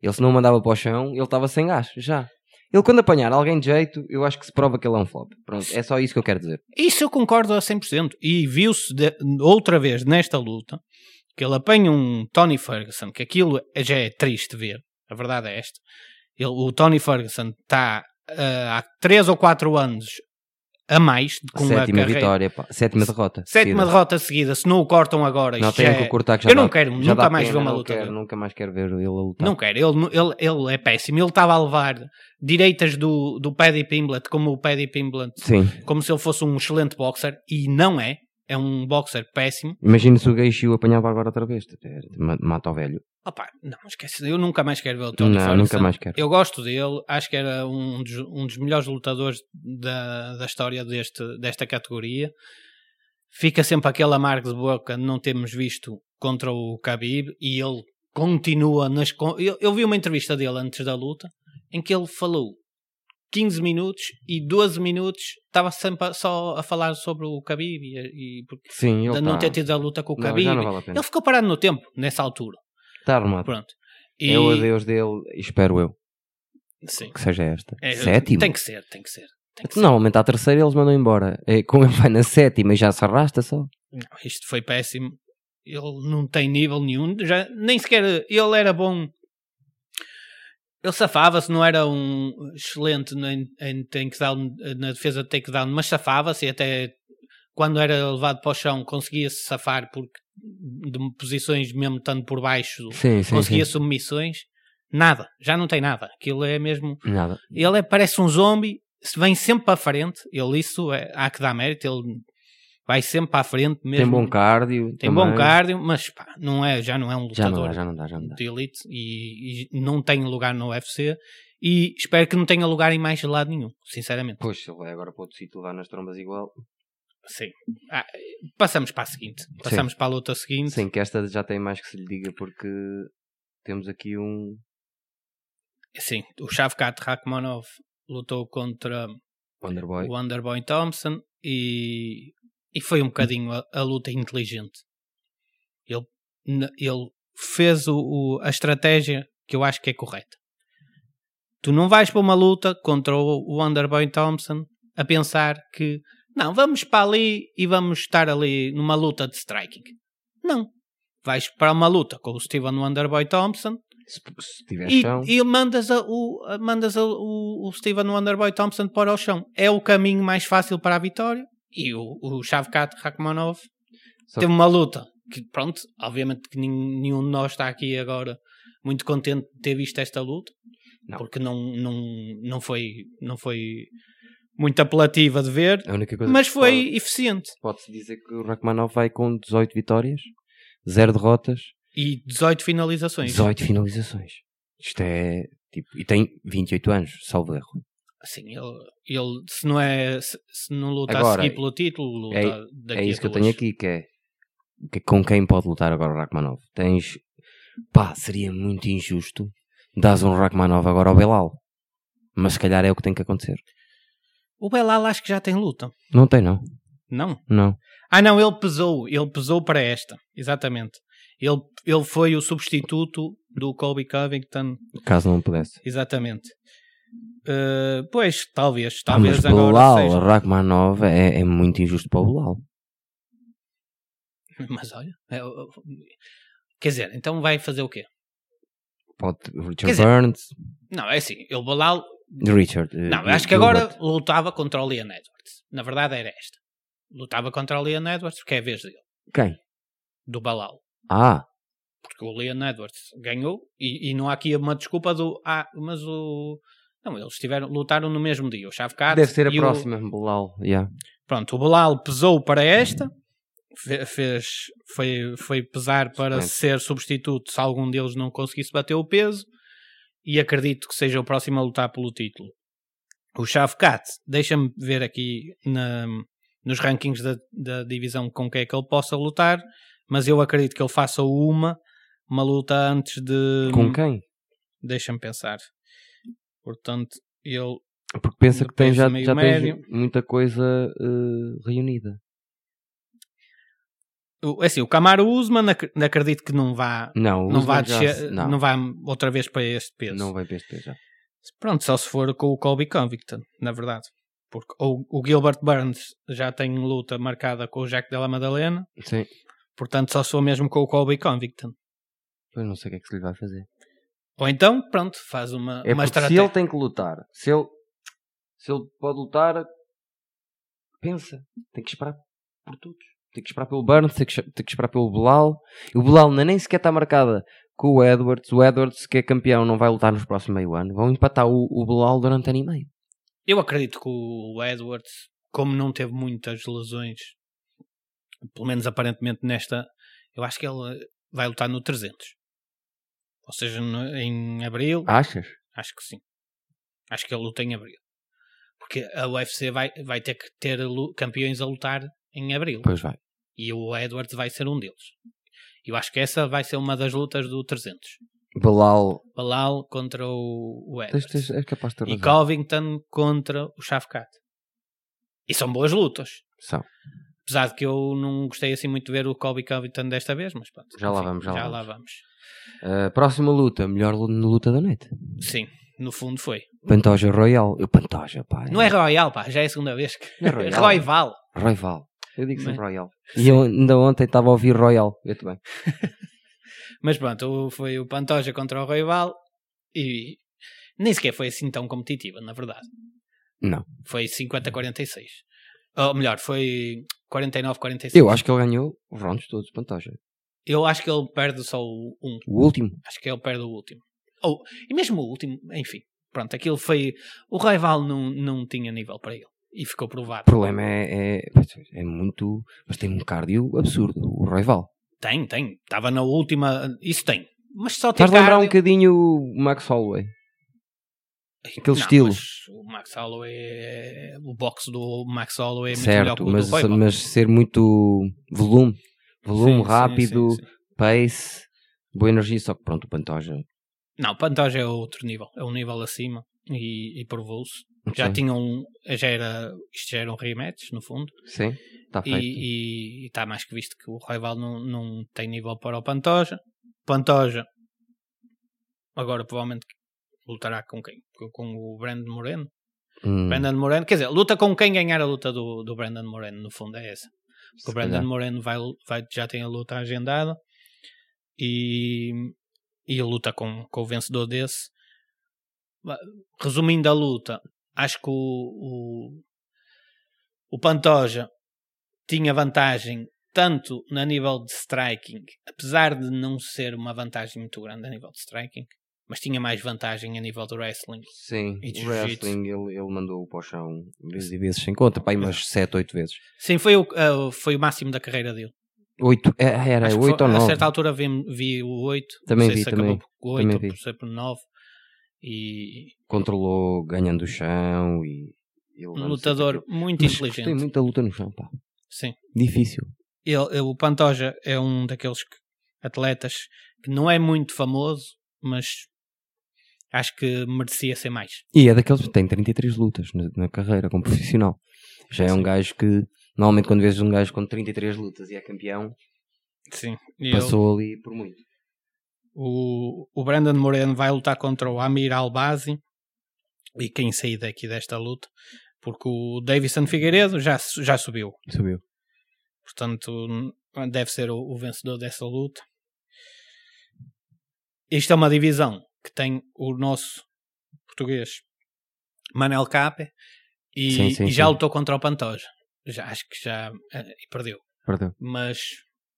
S4: Ele se não mandava para o chão, ele estava sem gás, já. Ele quando apanhar alguém de jeito, eu acho que se prova que ele é um flop. Pronto, é só isso que eu quero dizer.
S5: Isso eu concordo a 100%. E viu-se de- outra vez nesta luta que ele apanha um Tony Ferguson, que aquilo é- já é triste ver. A verdade é esta. Ele- o Tony Ferguson está ah, há 3 ou 4 anos a mais com a
S4: sétima
S5: carreira.
S4: vitória, pá. sétima derrota.
S5: Sétima derrota seguida. Se não o cortam agora,
S4: Não
S5: isto já
S4: tenho que
S5: é-
S4: o cortar que já
S5: Eu não
S4: dá-
S5: quero
S4: já
S5: nunca
S4: dá
S5: mais
S4: pena,
S5: ver uma
S4: não
S5: luta.
S4: quero,
S5: dele.
S4: nunca mais quero ver ele a lutar.
S5: Não quero, ele, ele, ele é péssimo. Ele estava a levar direitas do, do Paddy Pimblett, como o Paddy Pimblett,
S4: Sim,
S5: como se ele fosse um excelente boxer, e não é. É um boxer péssimo.
S4: imagina se o Geishi o apanhava agora outra vez. Era- ma- Mata o velho.
S5: Opa, não, esquece, eu nunca mais quero ver o Tony
S4: não,
S5: Ferguson.
S4: nunca mais quero.
S5: Eu gosto dele, acho que era um dos, um dos melhores lutadores da, da história deste, desta categoria. Fica sempre aquele amargo de boca de não termos visto contra o Khabib e ele continua nas. con- Eu, eu vi uma entrevista dele antes da luta em que ele falou 15 minutos e 12 minutos estava sempre a- só a falar sobre o Khabib e, e porque-
S4: Sim, ele
S5: de não
S4: tá-
S5: ter tido a luta com o
S4: Não, já
S5: Khabib.
S4: não vale a pena.
S5: ele ficou parado no tempo nessa altura.
S4: Está armado.
S5: Pronto.
S4: É o adeus dele, espero eu,
S5: Sim.
S4: que seja esta.
S5: É,
S4: sétima?
S5: Tem que ser, tem que ser. Tem que ser.
S4: Normalmente à terceira eles mandam embora. É, como ele vai na sétima e já se arrasta só.
S5: Não, Isto foi péssimo. Ele não tem nível nenhum. Já, nem sequer ele era bom. Ele safava-se, não era um excelente em, em takedown, na defesa de takedown, mas safava-se e até quando era levado para o chão conseguia-se safar porque de posições mesmo estando por baixo
S4: Sim, sim,
S5: conseguia
S4: sim.
S5: submissões. Nada, já não tem nada. Aquilo é mesmo
S4: Nada.
S5: ele é- parece um zombie, se vem sempre para a frente. Ele, isso é- há que dar mérito, ele vai sempre para a frente mesmo.
S4: Tem bom cardio.
S5: Tem
S4: também.
S5: bom cardio, mas pá, não é, já não é um
S4: Já não
S5: lutador
S4: dá, já não dá, já não é. dá.
S5: de elite e, e não tem lugar no UFC. E espero que não tenha lugar em mais lado nenhum, sinceramente.
S4: Poxa, ele vai agora para outro sítio levar nas trombas igual.
S5: Sim. Ah, passamos para a seguinte. Passamos para a luta seguinte.
S4: Sim, que esta já tem mais que se lhe diga porque temos aqui um.
S5: Sim, o Shavkat Rakhmonov lutou contra
S4: Wonderboy.
S5: o Underboy Thompson e, e foi um bocadinho a, a luta inteligente. Ele, n- ele fez o, o- a estratégia que eu acho que é correta. Tu não vais para uma luta contra o, o Underboy Thompson a pensar que não, vamos para ali e vamos estar ali numa luta de striking. Não. Vais para uma luta com o Steven Wonderboy Thompson
S4: Se, se tiver
S5: e,
S4: chão.
S5: e mandas, a- o, a- mandas a- o, o Steven Wonderboy Thompson para ao chão. É o caminho mais fácil para a vitória. E o, o Shavkat Rakhmonov
S4: Só
S5: teve uma luta que, pronto, obviamente que nin- nenhum de nós está aqui agora muito contente de ter visto esta luta.
S4: Não.
S5: Porque não, não, não, foi, não foi muito apelativa de ver,
S4: A única coisa
S5: um- mas
S4: que se
S5: foi eficiente.
S4: pode- Pode-se dizer que o Rachmanov vai com 18 vitórias, 0 derrotas,
S5: E 18 finalizações.
S4: 18 finalizações. Isto é tipo. E tem 28 anos, salvo erro.
S5: Assim, ele, ele se, não é, se, se não lutar
S4: Agora,
S5: a seguir pelo título, luta
S4: é-
S5: daqui
S4: é
S5: a
S4: isso que eu
S5: duas.
S4: tenho aqui, que é que com quem pode lutar agora o Rachmanov. Tens, pá, seria muito injusto dares um Rachmanov agora ao Belal. Mas se calhar é o que tem que acontecer.
S5: O Belal acho que já tem luta.
S4: Não tem, não.
S5: Não.
S4: Não.
S5: Ah, não, ele pesou. Ele pesou para esta. Exatamente. Ele, ele foi o substituto do Colby Covington.
S4: Caso não pudesse.
S5: Exatamente. Eh, pois, talvez.
S4: Ah,
S5: Talvez
S4: mas
S5: agora
S4: Belal,
S5: seja.
S4: Rachmanov é, é muito injusto para o Belal.
S5: Mas olha. é, o- o- quer dizer, então vai fazer o quê?
S4: Pode,
S5: Quer
S4: Richard
S5: dizer-
S4: Burns,
S5: Não, é assim. Ele Belal.
S4: Richard. eh,
S5: Não, acho que
S4: Gilbert.
S5: agora lutava contra o Leon Edwards. Na verdade era esta. Lutava contra o Leon Edwards porque é a vez dele.
S4: Quem?
S5: Do Belal.
S4: Ah,
S5: porque o Leon Edwards ganhou e, e não há aqui uma desculpa do ah, mas o não, eles tiveram, lutaram no mesmo dia, o Shavkat
S4: deve ser a
S5: e o-
S4: próxima, Belal. yeah.
S5: pronto, o Belal pesou para esta fe- fez, foi, foi pesar para
S4: Excelente.
S5: ser substituto se algum deles não conseguisse bater o peso e acredito que seja o próximo a lutar pelo título o Shavkat, deixa-me ver aqui na- nos rankings da, da divisão com quem é que ele possa lutar, mas eu acredito que ele faça uma, uma luta antes de.
S4: Com quem?
S5: Deixa-me pensar. Portanto, ele.
S4: Porque pensa
S5: Do
S4: que tem
S5: peso
S4: já,
S5: meio
S4: já tens
S5: médio.
S4: muita coisa eh, reunida.
S5: o- É assim, o Camaro Usman ac- acredito que não vá.
S4: Não, o
S5: Não vai,
S4: Usman já se-
S5: descer,
S4: não,
S5: não. vá outra vez para este peso.
S4: não vai PSP já.
S5: Pronto, só se for com o Colby Covington, na verdade. Porque ou o Gilbert Burns já tem luta marcada com o Jack Della Madalena,
S4: Sim.
S5: portanto só se for mesmo com o Colby Covington.
S4: Eu não sei o que é que se lhe vai fazer.
S5: Ou então, pronto, faz
S4: É
S5: uma, uma
S4: porque se
S5: estratégia.
S4: ele tem que lutar, se ele, se ele pode lutar, pensa. Tem que esperar por todos. Tem que esperar pelo Burns, tem que, che- tem que esperar pelo Belal. E o Belal ainda nem sequer está marcada com o Edwards. O Edwards, que é campeão, não vai lutar nos próximos meio ano. Vão empatar o, o Belal durante ano e meio.
S5: Eu acredito que o Edwards, como não teve muitas lesões, pelo menos aparentemente nesta, eu acho que ele vai lutar no 300. Ou seja, no- em abril,
S4: Achas?
S5: acho que sim. Acho que ele luta em abril. Porque a UFC vai, vai ter que ter lu- campeões a lutar em abril.
S4: Pois vai.
S5: E o Edwards vai ser um deles. Eu acho que essa vai ser uma das lutas do 300.
S4: Belal.
S5: Balal contra o, o Edwards.
S4: Tens, tens, é, és capaz de ter
S5: e
S4: razão.
S5: Covington contra o Shafkat. E são boas lutas.
S4: São.
S5: Apesar de que eu não gostei assim muito de ver o Colby Covington desta vez, mas pronto.
S4: Já lá vamos, já lá
S5: lá
S4: vamos.
S5: vamos.
S4: Ah, próxima luta, melhor lu- luta da noite.
S5: Sim, no fundo foi.
S4: Pantoja Royal. Eu, Pantoja, pá.
S5: Não é Royal, pá, já é a segunda vez que.
S4: Não é Royal.
S5: Royval.
S4: Royal. Eu digo sempre
S5: Mas-
S4: Royal. E eu ainda ontem estava a ouvir Royal. Eu também.
S5: Mas pronto, o- foi o Pantoja contra o Royval e nem sequer foi assim tão competitiva, na verdade.
S4: Não.
S5: Foi 50-46. Ou melhor, foi 49-46.
S4: Eu acho que ele ganhou os rounds todos, Pantoja.
S5: eu acho que ele perde só o- um
S4: O último.
S5: Acho que ele perde o último. Ou, e mesmo o último, enfim. Pronto, aquilo foi. O rival não, não tinha nível para ele. E ficou
S4: O
S5: provado.
S4: problema é, é, é muito. Mas tem um cardio absurdo, o Royal.
S5: Tem, tem. Estava na última. Isso tem. Mas só tem
S4: Estás a lembrar um
S5: cardio. É
S4: bocadinho o Max Holloway? aquele
S5: Não,
S4: estilo.
S5: mas o Max Holloway. é- O boxe do Max Holloway é muito melhor que
S4: certo,
S5: o
S4: mas,
S5: do Royval.
S4: mas ser muito volume. Volume
S5: Sim, sim,
S4: rápido,
S5: sim, sim.
S4: pace, boa energia. Só que pronto, o Pantoja.
S5: Não, o Pantoja é outro nível. É um nível acima. E, e provou-se.
S4: não
S5: Já
S4: sei.
S5: tinham. Já era, isto já era um rematch, no fundo.
S4: Sim, está feito.
S5: e está mais que visto que o rival não, não tem nível para o Pantoja. Pantoja agora provavelmente lutará com quem? Com- Com o Brandon Moreno.
S4: Hum,
S5: Brandon Moreno, quer dizer, luta com quem ganhar a luta do, do Brandon Moreno, no fundo é essa. Porque
S4: se
S5: o Brandon
S4: calhar.
S5: Moreno vai, vai- já tem a luta agendada e, e a luta com, com o vencedor desse. Ba- Resumindo a luta, acho que o, o, o Pantoja tinha vantagem tanto na nível de striking, apesar de não ser uma vantagem muito grande a nível de striking, mas tinha mais vantagem a nível do wrestling.
S4: Sim,
S5: E
S4: o
S5: jiu-jitsu.
S4: wrestling ele, ele mandou para o chão vezes e vezes sem conta, pai, umas 7, 8 vezes.
S5: Sim, foi o, ah, foi o máximo da carreira dele.
S4: 8, é, era
S5: Acho que
S4: 8
S5: foi-
S4: ou
S5: A
S4: 9.
S5: certa altura vi, vi o 8.
S4: Também
S5: não sei
S4: vi,
S5: se
S4: também-
S5: acabou por 8
S4: também
S5: ou
S4: vi.
S5: por ser por 9. E
S4: Controlou ganhando o chão e. e
S5: um
S4: levando-se
S5: lutador
S4: aquilo.
S5: muito
S4: Mas
S5: inteligente.
S4: Tem muita luta no chão, pá.
S5: Sim.
S4: Difícil.
S5: Ele, ele- o Pantoja é um daqueles que- atletas que não é muito famoso, mas acho que merecia ser mais.
S4: E é daqueles que tem 33 lutas na, na carreira como profissional. Já é um gajo que, normalmente, quando vês um gajo com 33 lutas e é campeão,
S5: Sim. E ele-
S4: passou ali por muito.
S5: o, o Brandon Moreno vai lutar contra o Amir Albazi e quem sair daqui desta luta, porque o Davison Figueiredo já, su- já subiu.
S4: Subiu.
S5: Portanto, deve ser o, o vencedor dessa luta. Isto é uma divisão que tem o nosso português Manel Cape e,
S4: Sim, sim,
S5: e já
S4: sim.
S5: lutou contra o Pantoja. Já, acho que já eh, e perdeu.
S4: Perdeu.
S5: Mas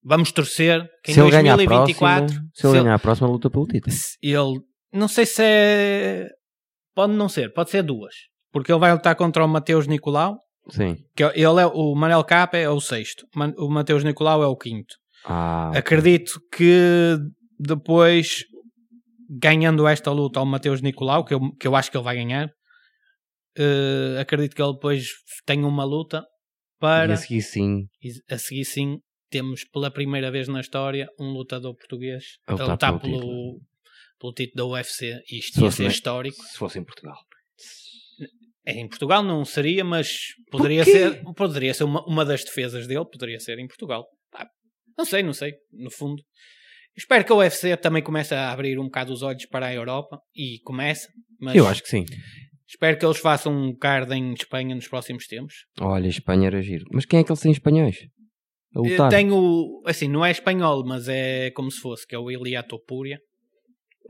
S5: vamos torcer que em
S4: se ele ganhar a
S5: 2024
S4: próxima, se ele ganhar a próxima, luta pelo título.
S5: ele não sei se é pode não ser, pode ser duas porque ele vai lutar contra o Mateus Nicolau
S4: Sim.
S5: que ele é o Manel Capa é o sexto Man- o Mateus Nicolau é o quinto
S4: Ah,
S5: acredito que depois ganhando esta luta ao Mateus Nicolau que eu, que eu acho que ele vai ganhar eh, acredito que ele depois tenha uma luta
S4: e
S5: para
S4: a seguir sim.
S5: e a seguir sim temos pela primeira vez na história um lutador português
S4: A
S5: a
S4: lutar
S5: lutar,
S4: pelo
S5: pelo, pelo, título da UFC e
S4: Se
S5: isto ia
S4: fosse
S5: ser
S4: na-
S5: histórico.
S4: Se fosse em Portugal.
S5: É, Em Portugal não seria, mas poderia
S4: Porquê?
S5: ser, poderia ser uma, uma das defesas dele, poderia ser em Portugal. Pá, não sei, não sei, no fundo. Espero que a UFC também comece a abrir um bocado os olhos para a Europa e comece, mas
S4: Eu acho que sim.
S5: espero que eles façam um card em Espanha nos próximos tempos.
S4: Olha, Espanha era giro. Mas quem é que eles têm espanhóis? A
S5: Eu
S4: lutar.
S5: tenho, assim, não é espanhol, mas é como se fosse, que é o Ilia Topuria.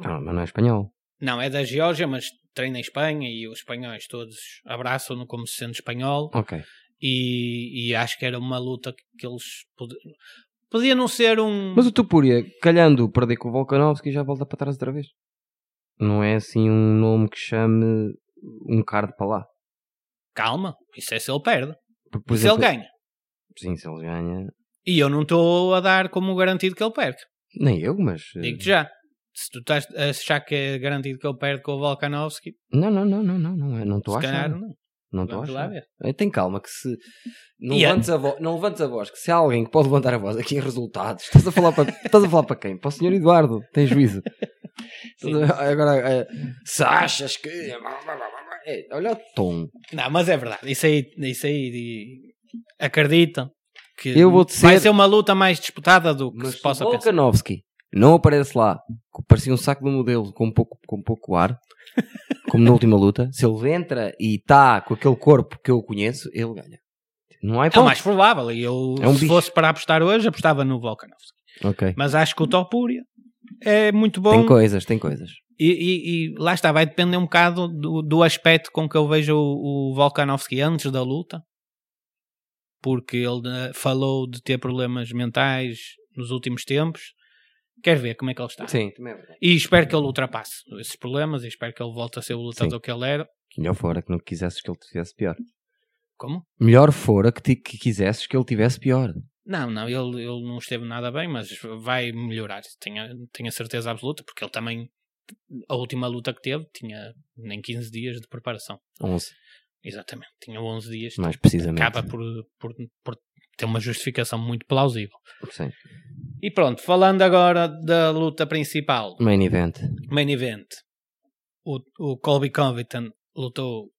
S4: Não, mas não é espanhol.
S5: Não, é da Geórgia, mas treina em Espanha e os espanhóis todos abraçam-no como sendo espanhol.
S4: Ok.
S5: E, e acho que era uma luta que, que eles. Pod... Podia não ser um.
S4: Mas o Tupuria, calhando perder com o Volkanovski, já volta para trás outra vez. Não é assim um nome que chame um card para lá.
S5: Calma, isso é se ele perde.
S4: Porque, por
S5: se
S4: exemplo,
S5: ele ganha.
S4: Sim, se ele ganha.
S5: E eu não estou a dar como garantido que ele perde.
S4: Nem eu, mas. eh,
S5: Digo-te já. Se tu estás a achar que é garantido que ele perde com o Volkanovski,
S4: eh, Não, não, não, não, não, não. é- Não estou a
S5: se
S4: achar.
S5: calhar não.
S4: Não estou a
S5: Vamos lá
S4: achar.
S5: ver.
S4: Eh, Tem calma que se. Não,
S5: E a-
S4: levantes a vo- não levantes a voz, que se há alguém que pode levantar a voz aqui em resultados, estás a falar para, estás a falar para quem? Para o senhor Eduardo, tem juízo.
S5: Sim.
S4: Estás a- Agora, eh, se achas que. Eh, Olha o tom.
S5: Não, mas é verdade. Isso aí, isso aí de- acredita que
S4: Eu vou
S5: vai
S4: dizer-
S5: ser uma luta mais disputada do que
S4: Mas
S5: se
S4: se
S5: possa
S4: o
S5: pensar.
S4: Volkanovski não aparece lá, que parecia um saco de modelo com pouco, com pouco ar, como na última luta, se ele entra e está com aquele corpo que eu conheço, ele ganha. Não há
S5: É o
S4: hipótese.
S5: mais provável. E Eu,
S4: É um
S5: se
S4: bicho.
S5: fosse para apostar hoje, apostava no Volkanovski.
S4: Ok.
S5: Mas acho que o Topuria é muito bom.
S4: Tem coisas, tem coisas.
S5: E, e- e lá está, vai depender um bocado do, do aspecto com que eu vejo o, o Volkanovski antes da luta. Porque ele eh, falou de ter problemas mentais nos últimos tempos. Quero ver como é que ele está.
S4: Sim, também é verdade.
S5: E espero que ele ultrapasse esses problemas e espero que ele volte a ser o lutador que ele era.
S4: Melhor fora que não quisesses que ele tivesse pior.
S5: Como?
S4: Melhor fora que, ti- que quisesses que ele tivesse pior.
S5: Não, não, ele, ele não esteve nada bem, mas vai melhorar, tenho, tenho a certeza absoluta, porque ele também, a última luta que teve, tinha nem 15 dias de preparação.
S4: 11,
S5: Exatamente, tinha 11 dias.
S4: mais precisamente.
S5: Acaba por, por, por ter uma justificação muito plausível.
S4: Sim.
S5: E pronto, falando agora da luta principal,
S4: Main event.
S5: main event. O, o Colby Covington lutou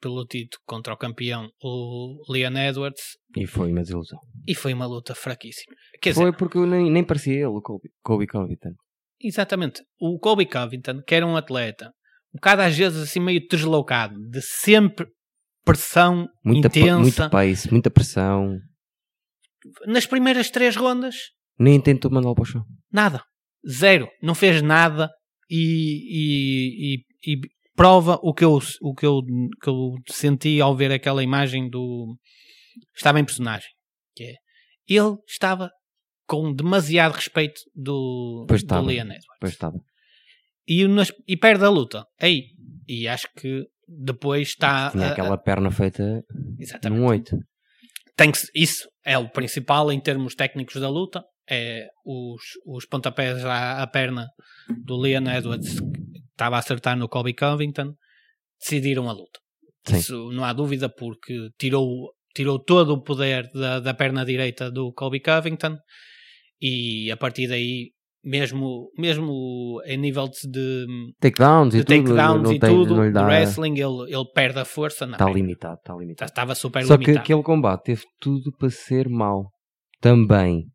S5: pelo título contra o campeão, o Leon Edwards,
S4: E foi uma desilusão.
S5: e foi uma luta fraquíssima. Quer
S4: foi
S5: dizer,
S4: porque eu nem, nem parecia ele, o Kobe, Kobe Covington.
S5: Exatamente. O Colby Covington, que era um atleta, um bocado às vezes assim meio deslocado, de sempre pressão
S4: Muita, pa-
S5: intensa.
S4: muito pace, muita pressão.
S5: Nas primeiras três rondas,
S4: Nem tentou mandá-lo para o chão.
S5: nada. Zero. Não fez nada e, e- e- e prova o, que eu, o que, eu, que eu senti ao ver aquela imagem do. Estava em personagem. Que é, ele estava com demasiado respeito do,
S4: Pois
S5: do
S4: estava.
S5: Leon Edwards.
S4: Pois estava.
S5: e, nas- e perde a luta. Aí. E acho que depois está.
S4: Tinha
S5: a- a-
S4: aquela perna feita
S5: exatamente.
S4: num 8.
S5: Tem que, se- isso é o principal em termos técnicos da luta. É os, os pontapés à, à perna do Leon Edwards estava a acertar no Colby Covington, decidiram a luta.
S4: Sim.
S5: Isso não há dúvida, porque tirou, tirou todo o poder da, da perna direita do Colby Covington e a partir daí, mesmo, mesmo em nível de- de,
S4: Takedowns
S5: de
S4: e tudo.
S5: takedowns
S4: não
S5: e
S4: tem-
S5: tudo,
S4: não lhe
S5: do
S4: dá-
S5: wrestling, Tá ele, ele perde a força. na
S4: Está
S5: perna.
S4: limitado, está limitado.
S5: Estava super
S4: Só que
S5: limitado.
S4: aquele combate teve tudo para ser mau. Também.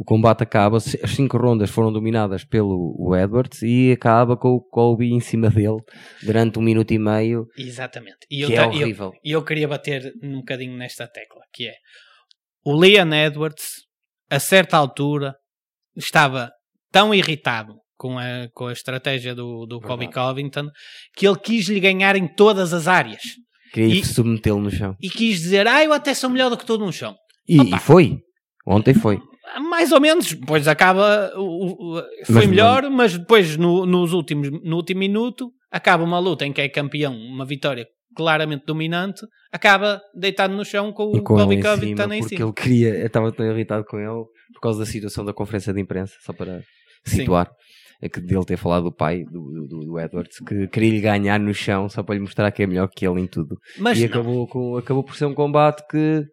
S4: O combate acaba, se- as cinco rondas foram dominadas pelo o Edwards e acaba com o Colby em cima dele durante um minuto e meio,
S5: Exatamente. E eu,
S4: que é
S5: ta- eu-
S4: horrível.
S5: E eu queria bater um bocadinho nesta tecla, que é o Leon Edwards, a certa altura, estava tão irritado com a, com a estratégia do, do Kobe
S4: Verdade.
S5: Covington que ele quis lhe ganhar em todas as áreas
S4: Queria
S5: e-
S4: submetê-lo no chão.
S5: e quis dizer: Ah, eu até sou melhor do que tu no chão.
S4: E,
S5: Opa.
S4: e foi. Ontem foi.
S5: Ah, Mais ou menos, pois acaba. o- o- o- foi
S4: Mas não-
S5: melhor, mas depois no, nos últimos, no último minuto acaba uma luta em que é campeão, uma vitória claramente dominante, acaba deitado no chão com o
S4: com
S5: Kobe
S4: ele em cima,
S5: Covington em
S4: porque
S5: cima.
S4: ele queria, eu estava tão irritado com ele por causa da situação da conferência de imprensa, só para
S5: Sim.
S4: situar, é que dele ter falado do pai, do, do, do Edwards, que queria lhe ganhar no chão só para lhe mostrar que é melhor que ele em tudo.
S5: Mas
S4: e
S5: não.
S4: acabou, com, acabou por ser um combate que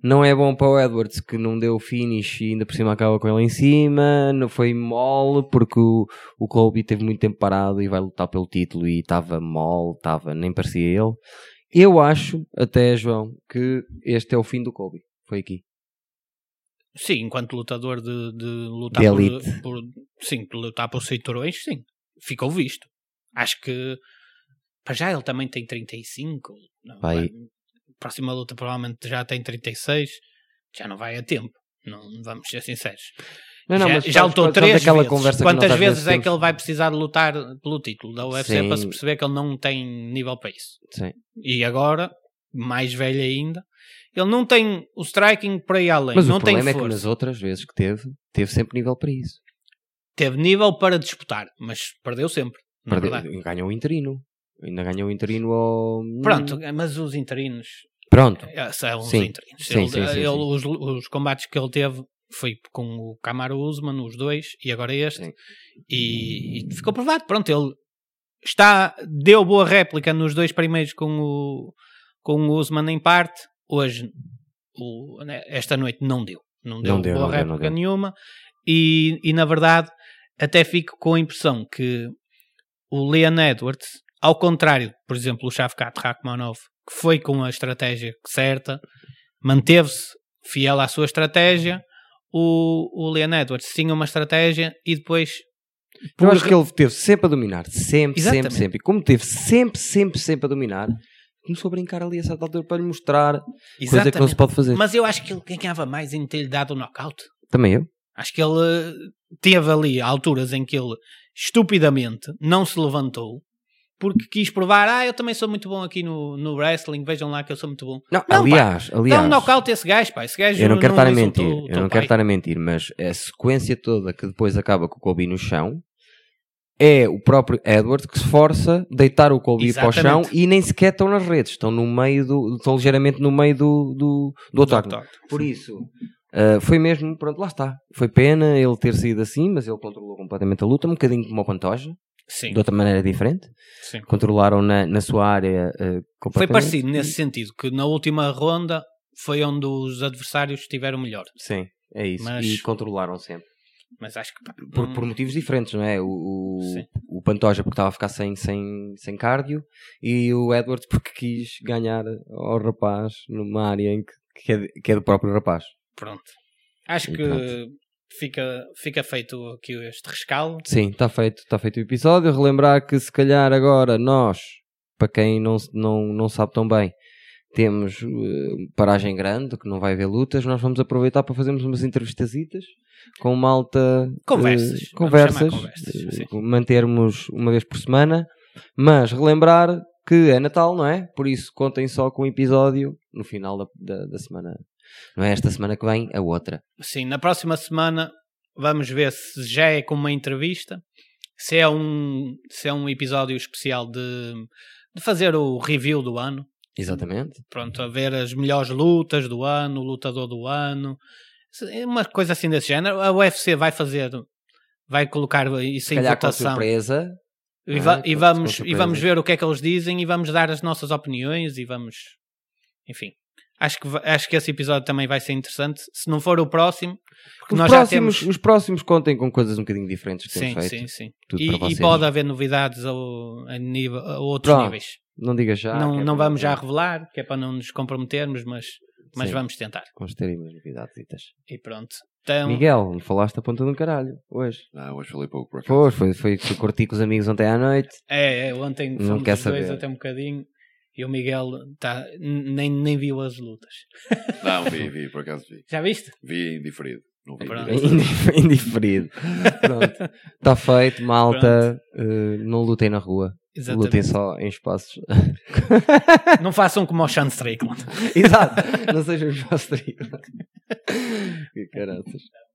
S4: não é bom para o Edwards, que não deu finish e ainda por cima acaba com ele em cima, não foi mole, porque o, o Colby teve muito tempo parado e vai lutar pelo título e estava mole, estava, nem parecia ele. Eu acho, até João, que este é o fim do Colby. Foi aqui.
S5: Sim, enquanto lutador de, de lutar
S4: De
S5: por,
S4: elite.
S5: por- sim, de lutar por cinturões, sim, ficou visto. Acho que para já ele também tem 35. Não,
S4: Vai.
S5: vai- Próxima luta provavelmente já tem 36. Já não vai a tempo. Não vamos ser sinceros.
S4: Não, não,
S5: já
S4: mas
S5: já
S4: sabes,
S5: lutou
S4: sabes
S5: três
S4: aquela
S5: vezes.
S4: conversa que
S5: Quantas
S4: nós às
S5: vezes é
S4: temos?
S5: que ele vai precisar de lutar pelo título da UFC
S4: Sim.
S5: para se perceber que ele não tem nível para isso?
S4: Sim.
S5: e agora, mais velho ainda, ele não tem o striking por aí além,
S4: Mas
S5: não
S4: o
S5: tem
S4: problema é
S5: força.
S4: que nas outras vezes que teve, teve sempre nível para isso.
S5: Teve nível para disputar, mas perdeu sempre. na
S4: Perdeu-
S5: é verdade.
S4: ganhou o interino. Ainda ganhou o interino ao...
S5: Pronto, mas os interinos
S4: Pronto.
S5: eh, são os
S4: Sim.
S5: interinos.
S4: Sim,
S5: Ele- eh,
S4: sim, sim,
S5: ele-
S4: sim.
S5: Os, os combates que ele teve foi com o Kamaru Usman, os dois, e agora este,
S4: Sim.
S5: e, e ficou provado. Pronto, ele está, deu boa réplica nos dois primeiros com o, com o Usman em parte, hoje, o- né, esta noite, não deu. Não deu,
S4: Não deu,
S5: boa
S4: não deu, não
S5: réplica
S4: deu.
S5: nenhuma, e, e na verdade, até fico com a impressão que o Leon Edwards, ao contrário, por exemplo, o Shavkat Rakhmanov, que foi com a estratégia certa, manteve-se fiel à sua estratégia. O, o Leon Edwards tinha uma estratégia e depois.
S4: Eu acho que ele teve sempre a dominar, sempre,
S5: Exatamente.
S4: sempre, sempre. E como teve sempre, sempre, sempre a dominar, começou a brincar ali a certa altura para lhe mostrar coisa que não se pode fazer.
S5: Mas eu acho que ele ganhava mais em ter-lhe dado o knockout.
S4: Também eu.
S5: Acho que ele eh, teve ali alturas em que ele estupidamente não se levantou porque quis provar, ah, eu também sou muito bom aqui no, no wrestling, vejam lá que eu sou muito bom.
S4: Não,
S5: Não,
S4: aliás,
S5: Dá um
S4: aliás,
S5: knockout a esse gajo, pá, esse gajo
S4: eu não quero estar a
S5: insultou
S4: mentir,
S5: o
S4: eu
S5: teu
S4: não quero
S5: pai.
S4: estar a mentir, mas a sequência toda que depois acaba com o Colby no chão é o próprio Edward que se força a deitar o Colby para o chão
S5: Exatamente.
S4: e nem sequer estão nas redes, estão no meio do, estão ligeiramente no meio do, do, do octógono. Por isso, uh, foi mesmo, pronto, lá está. Foi pena ele ter saído assim, mas ele controlou completamente a luta, um bocadinho como o Pantoja,
S5: Sim,
S4: de outra maneira diferente.
S5: sim.
S4: Controlaram na, na sua área uh, completamente.
S5: Foi parecido nesse sentido, que na última ronda foi onde os adversários estiveram melhor.
S4: Sim, é isso.
S5: Mas-
S4: E controlaram sempre.
S5: Mas acho que pá,
S4: Por,
S5: não-
S4: por motivos diferentes, não é? O, o,
S5: Sim.
S4: o Pantoja porque estava a ficar sem, sem, sem cardio e o Edwards porque quis ganhar ao rapaz numa área em que, que, é, de- que é do próprio rapaz.
S5: pronto. Acho
S4: E
S5: que
S4: pronto.
S5: fica, fica feito aqui este rescaldo.
S4: Sim, está feito, tá feito o episódio. Relembrar que se calhar agora nós, para quem não, se- não, não sabe tão bem, temos eh, paragem grande, que não vai haver lutas, nós vamos aproveitar para fazermos umas entrevistasitas com malta... eh,
S5: Conversas. Vamos
S4: conversas.
S5: chamar conversas,
S4: eh,
S5: sim.
S4: mantermos uma vez por semana. Mas relembrar que é Natal, não é? Por isso contem só com o episódio no final da, da, da semana. Não é esta semana que vem, a outra.
S5: Sim, na próxima semana vamos ver se já é com uma entrevista, se é um, se é um episódio especial de, de fazer o review do ano.
S4: Exatamente.
S5: Pronto, a ver as melhores lutas do ano, o lutador do ano, se- uma coisa assim desse género. A UFC vai fazer, vai colocar isso
S4: Se
S5: em
S4: calhar com
S5: votação.
S4: surpresa,
S5: E, va-
S4: Ah,
S5: e
S4: pronto,
S5: vamos,
S4: com
S5: e
S4: certeza.
S5: vamos ver o que é que eles dizem e vamos dar as nossas opiniões e vamos. Enfim. Acho que, va- acho que esse episódio também vai ser interessante. Se não for o próximo, porque
S4: Os
S5: nós já
S4: próximos,
S5: temos.
S4: os próximos contem com coisas um bocadinho diferentes que
S5: Sim,
S4: temos feito.
S5: sim, sim.
S4: Tudo
S5: E,
S4: para
S5: e
S4: vocês.
S5: pode haver novidades ao- a, nível, a outros
S4: Pronto.
S5: níveis.
S4: Não diga já.
S5: não
S4: que é
S5: não
S4: para-
S5: vamos já revelar, que é para não nos comprometermos, mas, mas
S4: Sim.
S5: vamos tentar.
S4: Vamos ter aí umas novidades.
S5: E pronto. Então,
S4: Miguel, me falaste a ponta de um caralho hoje.
S1: Não, hoje falei pouco por acaso.
S4: Pois, foi, foi que curti com os amigos ontem à noite.
S5: é, é, ontem
S4: Não
S5: fomos
S4: quer
S5: os dois
S4: saber.
S5: até um bocadinho e o Miguel tá, n- nem, nem viu as lutas.
S1: Não, vi, vi, por acaso vi.
S5: Já viste?
S1: Vi em diferido. Não vi. em
S5: Pronto.
S1: direto.
S4: Indif- Indiferido. Pronto. Está feito, malta. Eh, não lutem na rua. Lutem só em espaços.
S5: Não façam como o Sean Strickland.
S4: Exato. Não sejam os vossos amigos. Que caraças.